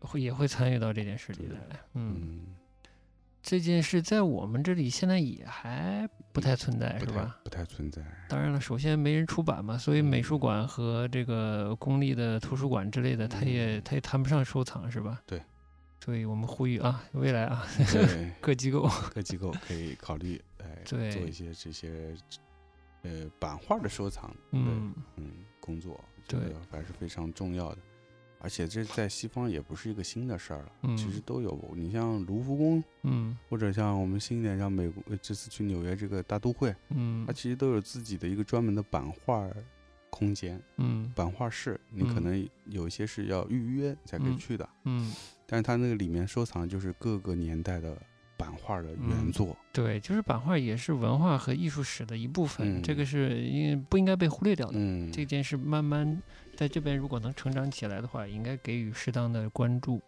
会也会参与到这件事里
对
来，嗯，
嗯，
这件事在我们这里现在也还不太存在，
不
是
太
吧？
不太存 在，
当然了，首先没人出版嘛，所以美术
嗯
馆和这个公立的图书馆之类的，它也
嗯
它也谈不上收藏，是吧？
对。
所以我们呼吁啊，未来啊，
对，
各机构
各机构可以考虑哎做
对
一些这些呃版画的收藏，对
嗯，
嗯工作，我觉
对
得还是非常重要的。而且这在西方也不是一个新的事儿了，
嗯
其实都有。你像卢浮宫，
嗯
或者像我们新一点，像美国呃这次去纽约这个大都会，
嗯
它，其实都有自己的一个专门的版画空间，
嗯
版画室，你可
嗯
能有一些是要预约才可以
嗯
去的，
嗯，
但是它那个里面收藏就是各个年代的版画的原
嗯
作，
对，就是版画也是文化和艺术史的一部分，这
嗯
个是应该不应该被忽略掉的。
嗯，
这件事慢慢在这边如果能成长起来的话，应该给予适当的关注。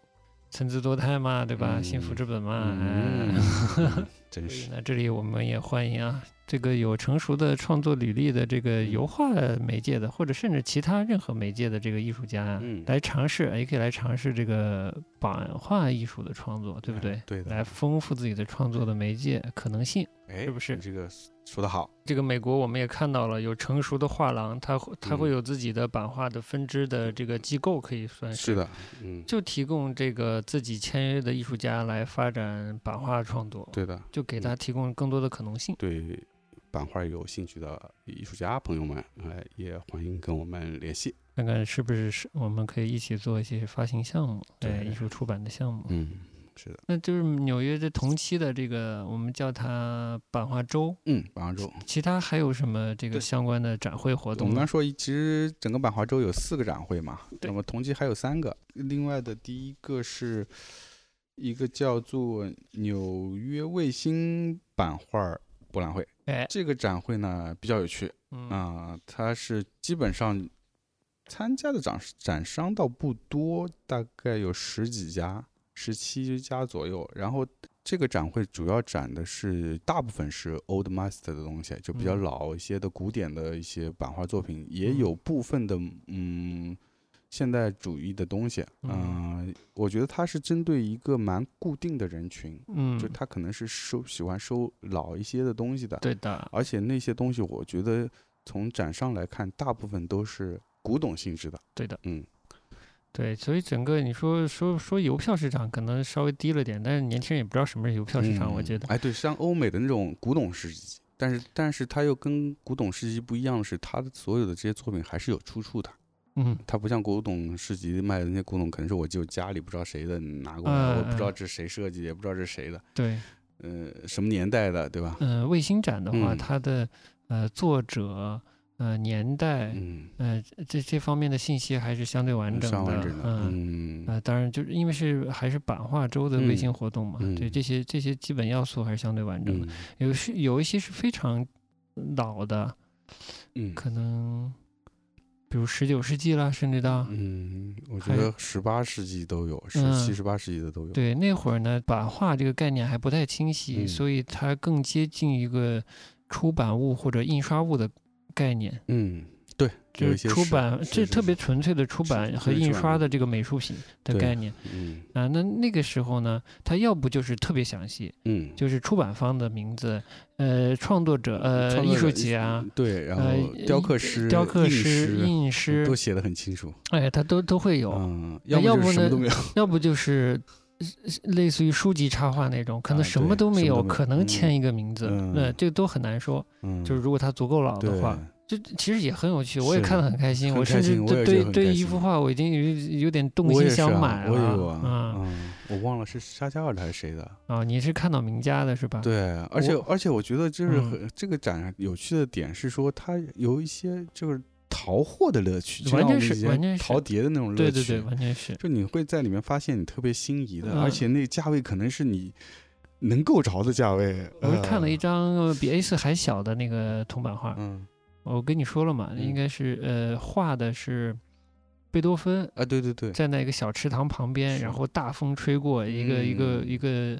参差多态嘛，对吧？幸福
嗯
之本嘛。哎
嗯，嗯真
所以
是，
呢，这里我们也欢迎啊，这个有成熟的创作履历的这
嗯
个油画媒介的，或者甚至其他任何媒介的这个艺术家啊，
嗯
来尝试，也可以来尝试这个版画艺术的创作，对不
哎
对？
对的
来丰富自己的创作的媒介可能性。
哎，
是不是
你这个说的好？
这个美国我们也看到了，有成熟的画廊，它会它会
嗯
有自己的版画的分支的这个机构，可以算是
是的，嗯，
就提供这个自己签约的艺术家来发展版画创作，
对嗯的，
就给他提供更多的可能性。
对版画有兴趣的艺术家朋友们，哎，也欢迎跟我们联系。
看看是不是是我们可以一起做一些发行项目，对
对
艺术出版的项目。
嗯，是的，
那就是纽约的同期的这个，我们叫它版画周。
嗯，版画周，
其他还有什么这个
对
相关的展会活
我
动
们
吗
刚？说，其实整个版画周有四个展会嘛，
对
那么同期还有三个。另外的第一个是一个叫做纽约卫星版画博览会，
哎，
这个展会呢比较有趣
嗯
啊、它是基本上参加的展展商倒不多，大概有十几家，十七家左右。然后这个展会主要展的是大部分是 old master 的东西，就比较
嗯
老一些的古典的一些版画作品，也
嗯
有部分的嗯现代主义的东西。
嗯
嗯、我觉得它是针对一个蛮固定的人群，
嗯，
就他可能是收喜欢收老一些的东西的。
对的，
而且那些东西，我觉得从展上来看，大部分都是古董性质的。
对的，
嗯，
对，所以整个你说说说邮票市场可能稍微低了点，但是年轻人也不知道什么是邮票市场，我
嗯
觉得。
哎，对，像欧美的那种古董市集，但是但是它又跟古董市集不一样的是，它的所有的这些作品还是有出处的，
嗯，
它不像古董市集卖的那些古董，可能是我就家里不知道谁的拿过来，
嗯
我不知道
嗯
这谁设计，也不知道这是谁的，
对，
呃，什么年代的，对吧？
呃，卫星展的话，
嗯
它的呃作者、呃年代、
嗯，
呃这这方面的信息还是相对完整
上
的
嗯完整，的，
嗯。
嗯，
呃，当然，就是因为是还是版画周的卫
嗯
星活动嘛，对
嗯
这些这些基本要素还是相对完整的。
嗯
有是有一些是非常老的，
嗯
可能比如十九世纪啦，甚至到
嗯，我觉
还有
得十八世纪都有，十
嗯
七、十八世纪的都有。
对，那会儿呢，版画这个概念还不太清晰，
嗯
所以它更接近一个出版物或者印刷物的概念，
嗯，对，
就
有一
是
些
出
是
版，
是
这
是
特别
是
纯粹的出
是
版
纯
和
粹
印
出版
刷
物
的这个美术品的
对
概念
嗯
啊。那那个时候呢，它要不就是特别详细，
嗯，
就是出版方的名字，呃，创作者，呃，
创
艺
作
术
者
家，
对，然
呃
后雕刻师、
雕刻
印
师、印师
都，写的很清楚。
哎，它都都会有。
嗯，
那要
么就
不
是什么
呢
都 没有，
要不就是呃类似于书籍插画那种，可能
啊
什
对
么都没
什么
有，
都没有
可能签一个名字，
嗯
那这个都很难说。
嗯，
就是如果它足够老的
对
话，就其实也很有趣，我也
是
看得很开心。
很
我甚
开
至
心我
对
也觉
对
得很
对
开
一
心
幅画，我已经有有点动
我
心
也是
想
啊
买
我也有
了。
啊，
啊
嗯，我忘了是沙加尔的还是谁的。
啊，你是看到名家的是吧？
对，而且
我
而且我觉得就是
嗯
很这个展有趣的点是说，它有一些就是淘货的乐趣，就
完
像我
全
们
是
以
完
前
全是
淘碟的那种乐
对
趣。
对对，完全是。
就你会在里面发现你特别心仪的，
嗯
而且那价位可能是你能够着的价位。
我是看了一
呃，
张呃比 A 4还小的那个铜版画，
嗯
我跟你说了嘛，应
嗯
该是呃画的是贝多芬，
啊，对对对，
站在一个小池塘旁边，
是
然后大风吹过，一个一个
嗯
一个，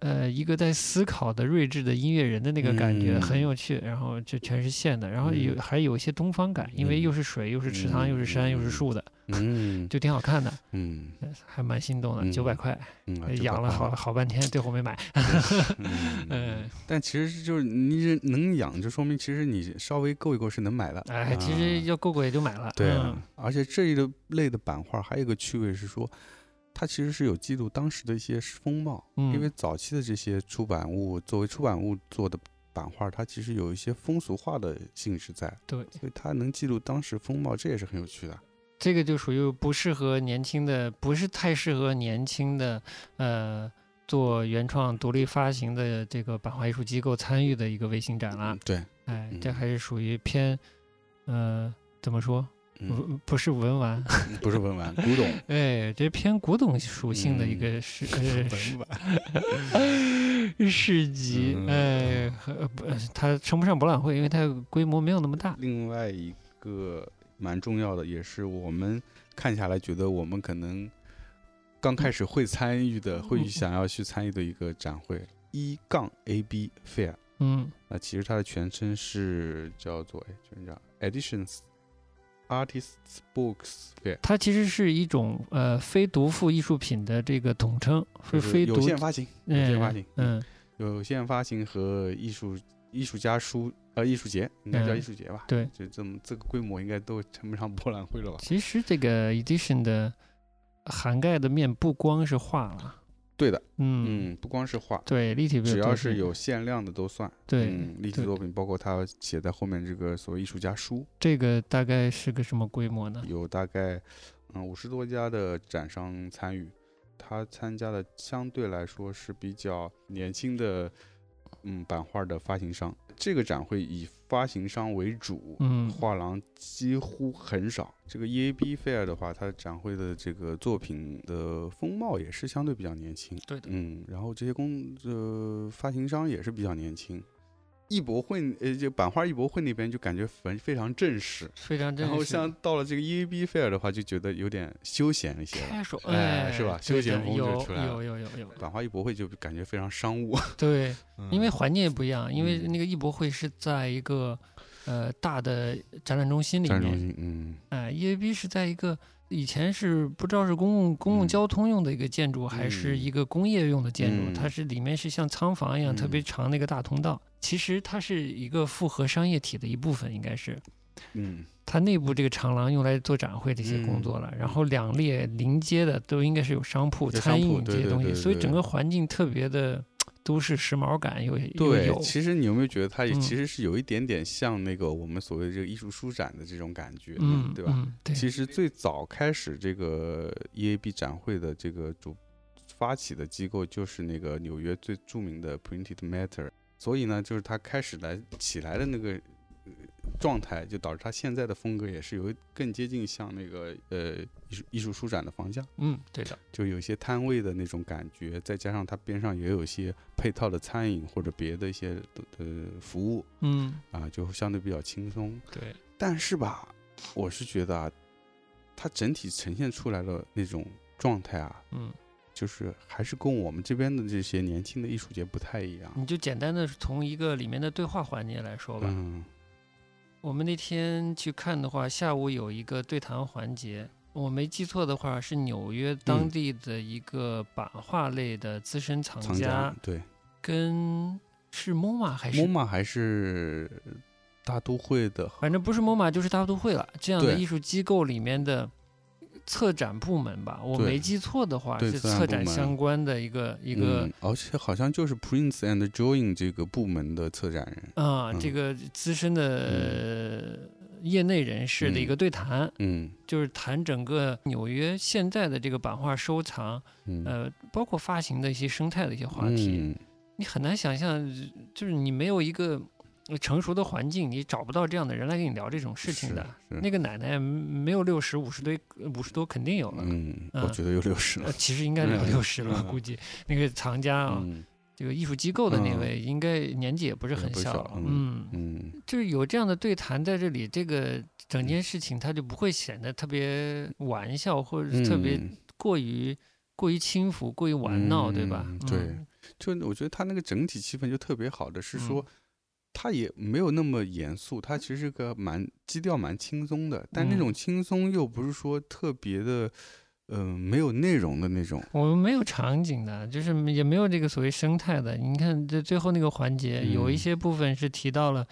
呃，一个在思考的睿智的音乐人的那个感觉
嗯
很有趣。然后就全是线的，然后有
嗯
还有一些东方感，因为
嗯
又是水，又是池塘，又是山，又是树的，
嗯
就挺好看的，呃
嗯
还蛮心动的。
嗯
九百块哎
嗯啊，就
养了
把
好好半天，最后没买。
嗯
嗯，
但其实是就是你是能养，就说明其实你稍微够一够是能买的。
哎，其实
啊
要够过也就买了。
对啊
嗯，
而且这一类的版画还有一个趣味是说，它其实是有记录当时的一些风貌。
嗯，
因为早期的这些出版物作为出版物做的版画，它其实有一些风俗化的性质在，
对
所以它能记录当时风貌，这也是很有趣的。
这个就属于不适合年轻的，不是太适合年轻的，呃，做原创独立发行的这个版画艺术机构参与的一个微型展了
嗯。对，
哎，
嗯
这还是属于偏呃，怎么说？
嗯，
不不是文玩，
不是文玩，古董，
哎，这偏古董属
嗯
性的一个市、呃
文玩，
市市集，
嗯
哎，和不它称不上博览会，因为它规模没有那么大。
另外一个蛮重要的，也是我们看下来觉得我们可能刚开始会参与
嗯
的，会想要去参与的一个展会，一杠 AB Fair。
嗯
那其实它的全称是叫做哎，就是叫 Editions Artists Books Fair，
它其实是一种呃非毒妇艺术品的这个统称，
就
非
是
非
有
毒
限发行，有限发行
嗯，嗯，
有限发行和艺术艺术家书呃艺术节，应该叫
嗯
艺术节吧？
对，
就这么这个规模应该都称不上博览会了吧？
其实这个 edition 的涵盖的面不光是画了，
对的，
嗯，
嗯，不光是画，
对，立体比较
只
多
要是有限量的都算。
对
嗯，立体
对
作品包括它写在后面这个所谓艺术家书，
这个大概是个什么规模呢？
有大概嗯五十多家的展商参与，他参加的相对来说是比较年轻的嗯版画的发行商。这个展会以发行商为主，
嗯
画廊几乎很少。这个 EAB Fair 的话，它展会的这个作品的风貌也是相对比较年轻，
对的
嗯，然后这些公呃发行商也是比较年轻。艺博会呃，就版画艺博会那边就感觉非非常正式，
非常真
然后
实。
像到了这个 EAB Fair 的话，就觉得有点休闲一些了。
开手
哎是吧休
对
闲
的
风就
有
出来
有
了
有有有，
版画艺博会就感觉非常商 务，
对，因为
嗯
环境也不一样，因为
嗯
那个艺博会是在一个呃大的展览中心里
展中
面，
心，嗯，
哎，EAB 是在一个以前是不知道是公共公共
嗯
交通用的一个建筑，还是
嗯
一个工业用的建筑，
嗯
它是里面是像仓房一样特别
嗯
长的一个大通道，其实它是一个复合商业体的一部分，应该是。
嗯，
它内部这个长廊用来做展会的一些工作了，然后两列临街的都应该是有商铺、
有
餐
商铺
饮这
对
些
对
东西，
对
所以
对
整个环境特别的都市时髦感又又
对。
有。
其实你有没有觉得它也
嗯
其实是有一点点像那个我们所谓的这个艺术书展的这种感觉，
嗯，
对吧？
嗯，对，
其实最早开始这个 EAB 展会的这个主发起的机构就是那个纽约最著名的 Printed Matter，所以呢，就是它开始来起来的那个呃状态，就导致它现在的风格也是有更接近像那个呃艺术艺术书展的方向，
嗯，对的，
就有一些摊位的那种感觉，再加上它边上也有一些配套的餐饮或者别的一些呃服务
嗯，
啊，就相对比较轻松。
对，
但是吧，我是觉得啊，它整体呈现出来的那种状态啊，
嗯，
就是还是跟我们这边的这些年轻的艺术节不太一样。
你就简单的从一个里面的对话环节来嗯说吧。
嗯
我们那天去看的话，下午有一个对谈环节。我没记错的话，是纽约当
嗯
地的一个版画类的资深藏
藏家对
跟是 MoMA 还是
，MoMA 还是大都会的，
反正不是 MoMA 就是大都会了，这样的
对
艺术机构里面的策展部门吧，我
对
没记错的话
对
是
策展
策展
部门
相关的一个一个
嗯，而且好像就是 Prince and Join 这个部门的策展人。
啊、
嗯
这个资深的业内人士的一
嗯
个对谈，
嗯
就是谈整个纽约现在的这个版画收藏，
嗯，
呃，包括发行的一些生态的一些话题，
嗯
你很难想象，就是你没有一个呃成熟的环境，你找不到这样的人来跟你聊这种事情
是
的。
是
那个奶奶没有六十五十多五十多肯定有了，
嗯，我
嗯
觉得有六十
呃
了。
其实应该有
嗯
六十了，
嗯
估计那个藏家啊，
嗯
这个艺术机构的那
嗯
位应该年纪也不是
也
很
不小
了
嗯
嗯，
嗯，
就是有这样的对谈在这里，这个整件事情它就不会显得特别玩笑或者是特别
嗯
过于过于轻浮、过于玩闹，对吧
嗯？
嗯
对，就我觉得他那个整体气氛就特别好的是
嗯
说，他也没有那么严肃，他其实是个蛮基调蛮轻松的，但那
嗯
种轻松又不是说特别的，嗯、没有内容的那种。
我们没有场景的，就是也没有这个所谓生态的。你看，这最后那个环节，
嗯
有一些部分是提到了，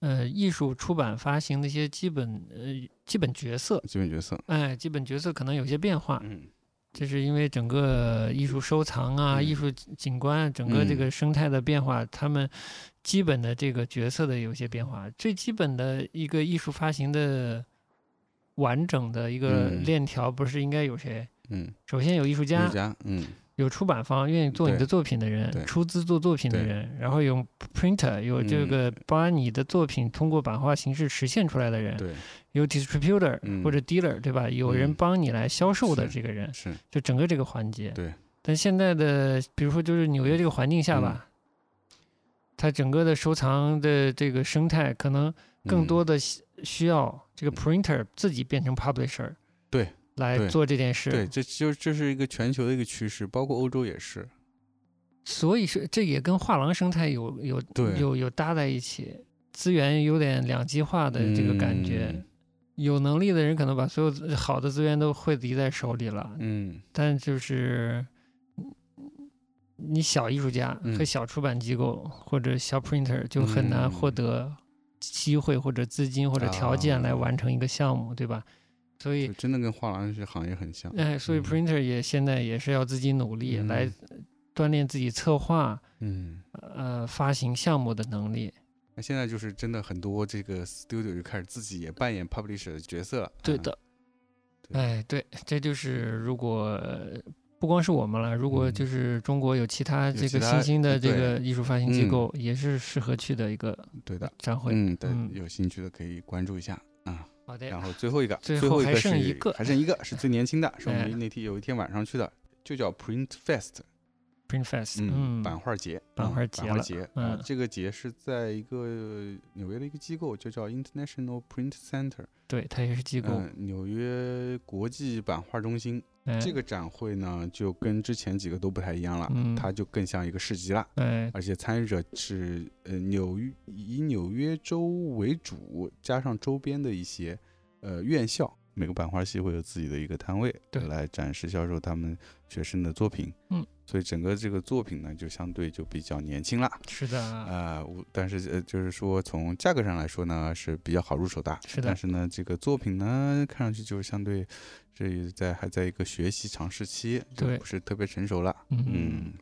呃，艺术出版发行的一些基本呃基本角色，
基本角色，
哎，基本角色可能有些变化，
嗯
这是因为整个艺术收藏啊、
嗯
艺术景观啊，整个这个生态的变化，他们基本的这个角色的有些变化。最基本的一个艺术发行的完整的一个
嗯
链条，不是应该有谁？
嗯，
首先有艺术
艺
家
术，家，嗯
有出版方愿意做你的
对
作品的人，
对
出资做作品的
对
人，然后有 printer 有这
嗯
个把你的作品通过版画形式实现出来的人，
对，
有 distributor
嗯
或者 dealer 对吧？有人
嗯
帮你来销售的
是
这个人，
是
就整个这个环节。
对。
但现在的，比如说就是纽约这个环境下
嗯
吧，它整个的收藏的这个生态可能更
嗯
多的需需要这个
嗯
printer 自己变成 publisher，
对，
来
对
做这件事。
对，这就这是一个全球的一个趋势，包括欧洲也是。
所以说这也跟画廊生态有有
对
有有搭在一起，资源有点两极化的这个感觉。
嗯
有能力的人可能把所有资好的资源都汇集在手里了，
嗯，
但就是嗯你小艺术家和
嗯
小出版机构或者小 printer 就很难获
嗯
得机会或者资金或者条件
啊
来完成一个项目，对吧？所
嗯，
以
就，真的跟画廊是行业很像。
哎，所以
嗯
printer 也现在也是要自己努力来锻炼自己策划、
嗯，
呃发行项目的能力。
那现在就是真的很多这个 studio 就开始自己也扮演 publisher 的角色了。
对
嗯
的，，
对
哎，对，这就是如果不光是我们了，如果
嗯
就是中国有其他这
其
个新
他
兴的这
对
个艺术发行机
嗯
构，也是适合去的一个
对的，
展会。
嗯，对
嗯，
有兴趣的可以关注一下啊。
好的，
然后最后一个，
最
最
后
后一
还
个
剩一
是
个
还剩一个是最年轻的，是我
哎
们那天有一天晚上去的，就叫 Print Fest，
Print Fest，
嗯，
嗯，
版画节，
版
嗯
画节
版画
了
节，
嗯
啊，这个节是在一个纽约的一个机构，就叫 International Print Center，
对，它也是机构。
嗯，纽约国际版画中心。
哎，
这个啊展会呢，就跟之前几个都不太一样了，
嗯，
它就更像一个市集了。
哎，
而且参与者是呃纽约以纽约州为主，加上周边的一些呃院校，每个版画系会有自己的一个摊位，
对
来展示销售他们学生的作品。
嗯，
所以整个这个作品呢，就相对就比较年轻了。
是的，
啊，我但是呃，就是说从价格上来说呢，是比较好入手的。
是的
但是呢，这个作品呢，看上去就是相对是在还在一个学习尝试期，就
对
不是特别成熟了。
嗯
嗯，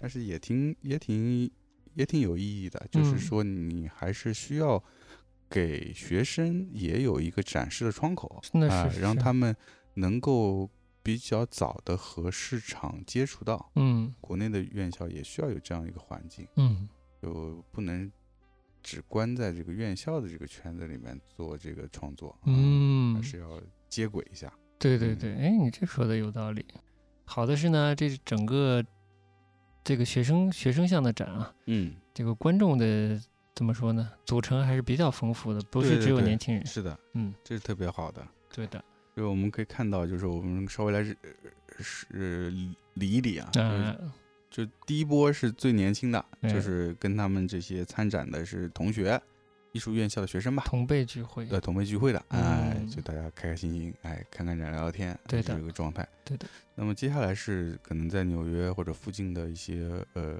但是也挺也挺也挺有意义的，就是
嗯
说你还是需要给学生也有一个展示的窗口，
那
啊
是，
让
是
他们能够比较早的和市场接触到。
嗯
国内的院校也需要有这样一个环境。
嗯，
就不能只关在这个院校的这个圈子里面做这个创作，啊，还
嗯，
是嗯要接轨一下。
对对对，哎，你这说的有道理。好的是呢，这整个这个学生学生向的展啊，
嗯，
这个观众的怎么说呢，组成还是比较丰富的，不
对
是
对
只有
对
年轻人。
是的，
嗯，
这是特别好的。
对的，
就我们可以看到，就是我们稍微来是是呃理一理啊，就是
呃，
就第一波是最年轻的，
哎
就是跟他们这些参展的是同学，艺术院校的学生吧，
哎同辈聚会，
呃，同辈聚会的，哎
嗯，
就大家开开心心，哎，看看展，聊聊天，
对
这
的
是一个状态。
对的。
那么接下来是可能在纽约或者附近的一些呃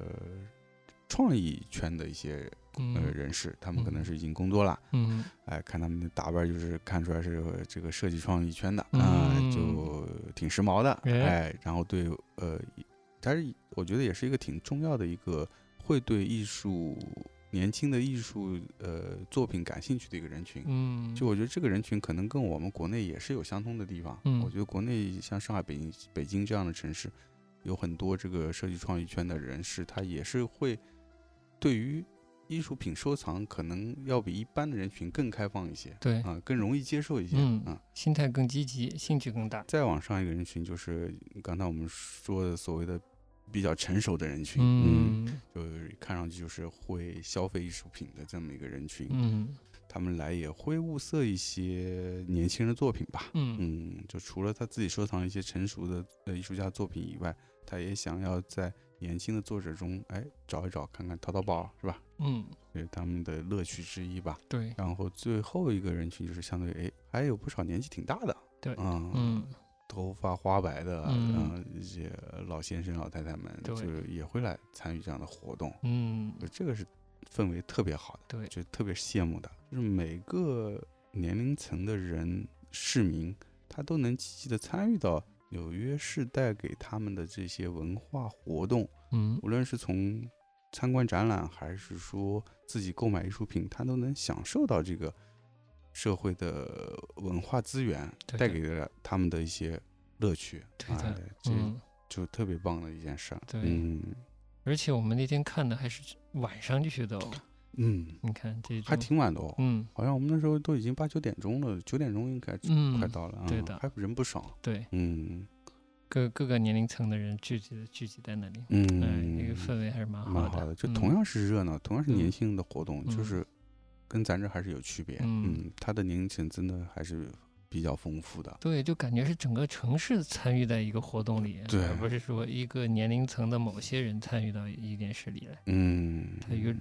创意圈的一些呃
嗯
人士，他们可能
嗯
是已经工作了，
嗯，
哎，看他们的打扮就是看出来是呃这个设计创意圈的啊
嗯，
就挺时髦的，
哎
哎，然后对呃，但是我觉得也是一个挺重要的一个会对艺术。年轻的艺术呃作品感兴趣的一个人群，
嗯，
就我觉得这个人群可能跟我们国内也是有相通的地方。
嗯
我觉得国内像上海、北京、北京这样的城市，有很多这个设计创意圈的人士，他也是会对于艺术品收藏可能要比一般的人群更开放一些
对，
啊，更容易接受一些
嗯
啊。
心态更积极，兴趣更大。
再往上一个人群就是刚才我们说的所谓的比较成熟的人群，
嗯
就是看上去就是会消费艺术品的这么一个人群，
嗯
他们来也会物色一些年轻人的作品吧。
嗯
嗯，就除了他自己收藏一些成熟的呃艺术家作品以外，他也想要在年轻的作者中，哎，找一找，看看淘淘宝是吧？
嗯，
这是他们的乐趣之一吧。
对
然后最后一个人群就是相对哎，还有不少年纪挺大的，
对
嗯，
嗯
头发花白的，
嗯
嗯，一些老先生老太太们，
对
就是也会来参与这样的活动，
嗯，
就这个是氛围特别好的。
对，
就特别羡慕的，就是每个年龄层的人市民，他都能积极的参与到纽约市带给他们的这些文化活动，
嗯
无论是从参观展览，还是说自己购买艺术品，他都能享受到这个社会的文化资源
对的
带给了他们的一些乐趣。
对的
哎这
嗯
就特别棒的一件事儿。
对
嗯
而且我们那天看的还是晚上去的哦，
嗯，
你看这
还
种
挺晚的哦，
嗯
好像我们那时候都已经八九点钟了，九点钟应该就
嗯，
快到了啊，
对的
还人不少。
对
嗯
各各个年龄层的人聚集聚集在那里，
嗯，
哎，那个氛围还是蛮
蛮
的，
好的，就
嗯
同样是热闹，同样是
嗯
年轻的活动，就
嗯
是跟咱这还是有区别。
嗯
嗯，它的年龄层真的还是比较丰富的。
对，就感觉是整个城市参与在一个活动里，
对
而不是说一个年龄层的某些人参与到一件事里来，
嗯，
它有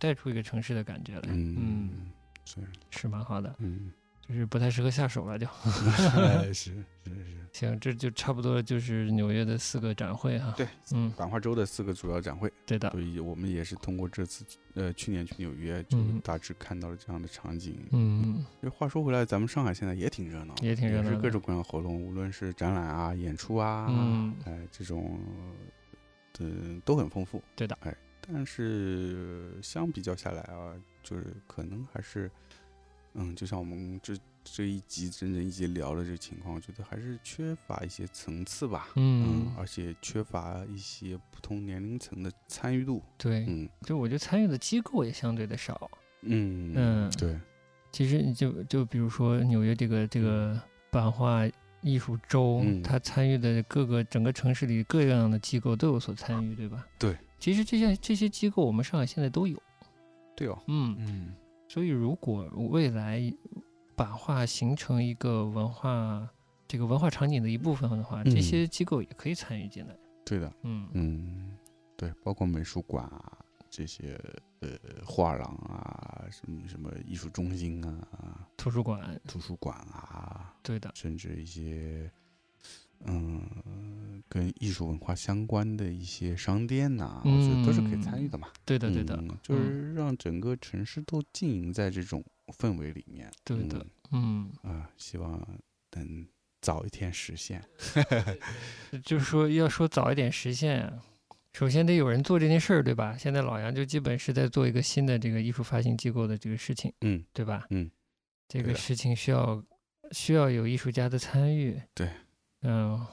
带出一个城市的感觉来，嗯，
嗯，所以
是蛮好的，
嗯，
就是不太适合下手了就。
哎是是是，
行，这就差不多就是纽约的四个展会哈。
对，
嗯，
版画周的四个主要展会，
对的
所，以我们也是通过这次呃去年去纽约，就
嗯
大致看到了这样的场景。
嗯，
这话说回来，咱们上海现在也挺热闹，
也挺热闹
是
的
各种各样的活动，无论是展览啊、演出啊，
嗯
哎，这种，嗯，都很丰富。
对的，
哎，但是相比较下来啊，就是可能还是，嗯，就像我们这这一集整整一集聊的这个情况，我觉得还是缺乏一些层次吧。
嗯，
而且缺乏一些不同年龄层的参与度。
对，
嗯
就我觉得参与的机构也相对的少。
嗯
嗯
对，
其实你就就比如说纽约这个这个版画艺术周，
嗯
它参与的各个整个城市里各样的机构都有所参与，对吧？
对。
其实这些这些机构，我们上海现在都有。
对哦，
嗯，
嗯
所以，如果未来版画形成一个文化这个文化场景的一部分的话，
嗯
这些机构也可以参与进来。
对的，
嗯，
嗯，对，包括美术馆啊这些呃画廊啊，什么什么艺术中心啊、
图书馆，
图书馆啊，
对的，
甚至一些嗯跟艺术文化相关的一些商店呐、我觉得都是可以参与的嘛。
嗯对的，对的，
嗯就是让整个城市都浸淫在这种氛围里面。
对的，嗯，
嗯啊、希望能早一天实现。
就是说要说早一点实现啊，首先得有人做这件事儿，对吧？现在老杨就基本是在做一个新的这个艺术发行机构的这个事情，
嗯，
对吧？
嗯，
这
对
个
的
事情需要需要有艺术家的参与。
对，
嗯，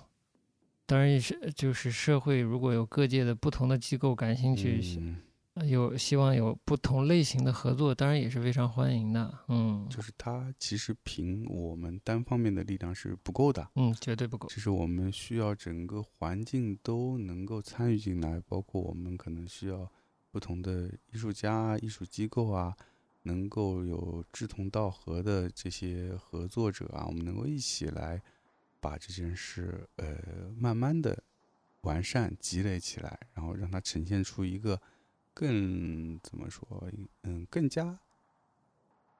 当然也是，就是社会如果有各界的不同的机构感兴趣，
嗯
有希望有不同类型的合作，当然也是非常欢迎的。嗯，
就是它其实凭我们单方面的力量是不够的，
嗯，绝对不够。
其实我们需要整个环境都能够参与进来，包括我们可能需要不同的艺术家啊、艺术机构啊，能够有志同道合的这些合作者啊，我们能够一起来把这件事呃慢慢的完善、积累起来，然后让它呈现出一个更怎么说，嗯，更加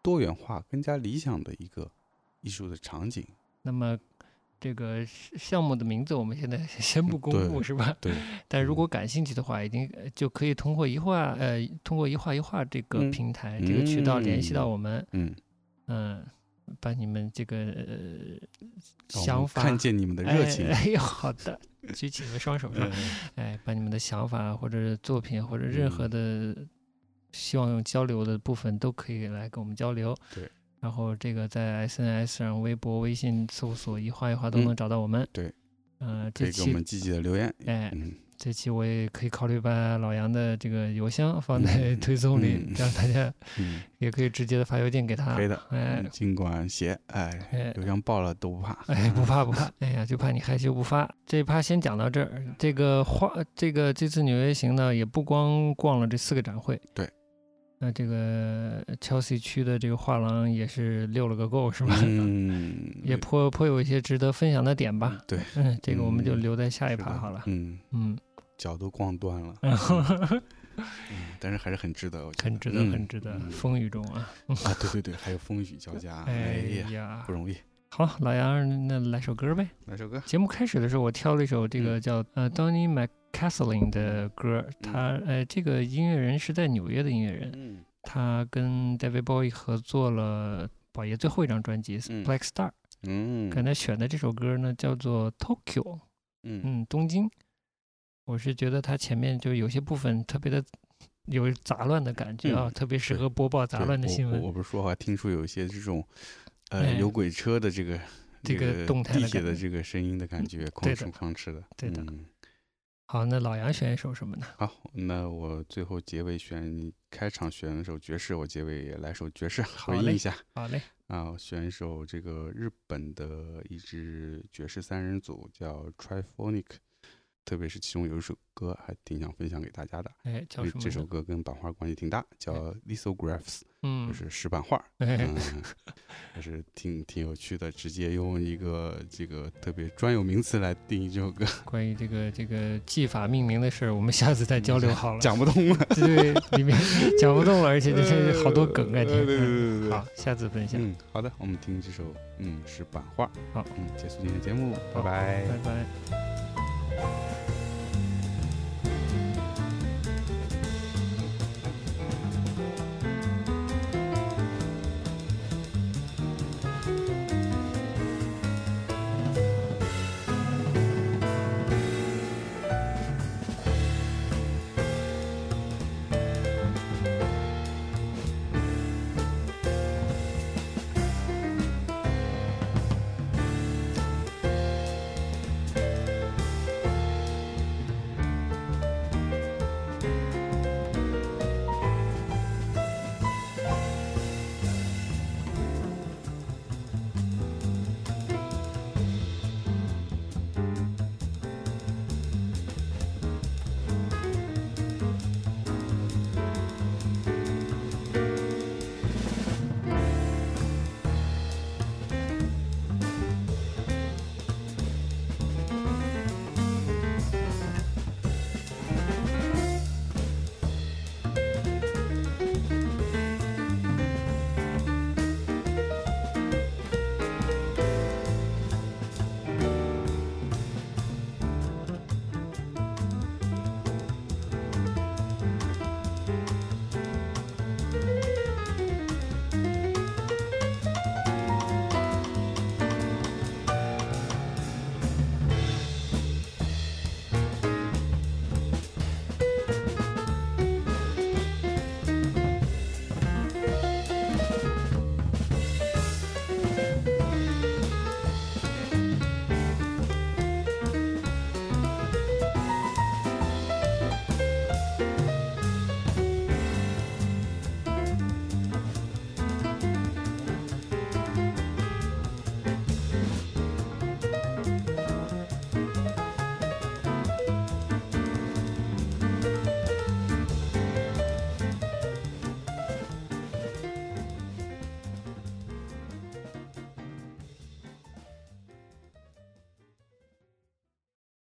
多元化、更加理想的一个艺术的场景。
那么。这个项目的名字我们现在 先不公
对
布，是吧？
对。
但如
嗯
果感兴趣的话，已经呃就可以通过一画呃，通过一画一画这个
嗯
平台、这个渠道联系到
嗯
我们。
嗯。
嗯，把你们这个、呃、
让我
想
们
法
哦看见你们的热情啊
哎，哎呦，好的，举起你 们双手是吧？哎，把你们的想法或者作品或者任
嗯
何的希望用交流的部分都可以来跟我们交流。
对。
然后这个在 SNS 上、微博、微信搜索“一画一画”都
嗯
能找到我们。
对。
呃，
可
这
以给我
期
们积极的留言。
哎，
嗯，
这期我也可以考虑把老杨的这个邮箱放在
嗯
推送里，
嗯
让大家
嗯，
也可以直接的发邮件给他。
可以的
哎
嗯，尽管写，哎，
哎，
邮箱爆了都不 怕。
哎，不怕不怕，哎呀，就怕你害羞不发。这一趴先讲到这儿。这个画，这个这次纽约行呢，也不光逛了这四个展会，
对，
那这个 Chelsea 区的这个画廊也是溜了个够，是吧？
嗯，
也颇颇有一些值得分享的点吧。
对，
嗯，这个我们就
嗯
留在下一
是
趴
的
好了。
嗯，
嗯，
脚都逛断 了，
然后
嗯但是还是很值得，我觉
很值得，
嗯
很值得，
嗯
风雨中啊，
啊！对对对，还有风雨交加，
哎
哎呀，
呀
不，容易。
好，老杨，那来首歌呗。
来首歌，
节目开始的时候，我挑了一首这
嗯
个叫、呃 Donny McCaslin 的歌儿，他呃这个音乐人是在纽约的音乐人，
嗯
他跟 David Bowie 合作了宝爷最后一张专辑《
嗯
Black Star》，
嗯
刚才选的这首歌呢叫做《Tokyo》，
嗯
嗯，东京。我是觉得它前面就有些部分特别的有杂乱的感觉啊，
嗯
特别适
对
合播报杂
对
乱的
我
新
我
闻。
我不是说，还听说有一些这种，
哎
呃，有轨车的这个
这个动态的
地铁
感
的
觉嗯
这个声音的感觉，
对
哐哧
的
哐哧的。
对的
嗯
好，那老杨选一首什么呢？
好，那我最后结尾选你开场选首爵士，我结尾也来首爵士回应
嘞
一下
好嘞，
啊，我选一首这个日本的一支爵士三人组叫 Triphonic，特别是其中有一首歌还挺想分享给大家的，
哎，叫
因为
什么呢？哎
这首歌跟版画关系挺大，叫 Lithographs，
嗯，
就是石版画。
哎
嗯，还是挺挺有趣的，直接用一个这个特别专有名词来定义这首歌，
关于这个这个技法命名的事儿，我们下次再交流好了。
讲不通了。
对，里面讲不动了，而且这些好多梗
呃
感觉。
对对对对对
嗯好，下次分享。
嗯，好的，我们听这首嗯是版画。
好，
嗯，结束今天节目，拜
好
拜。
拜拜。
「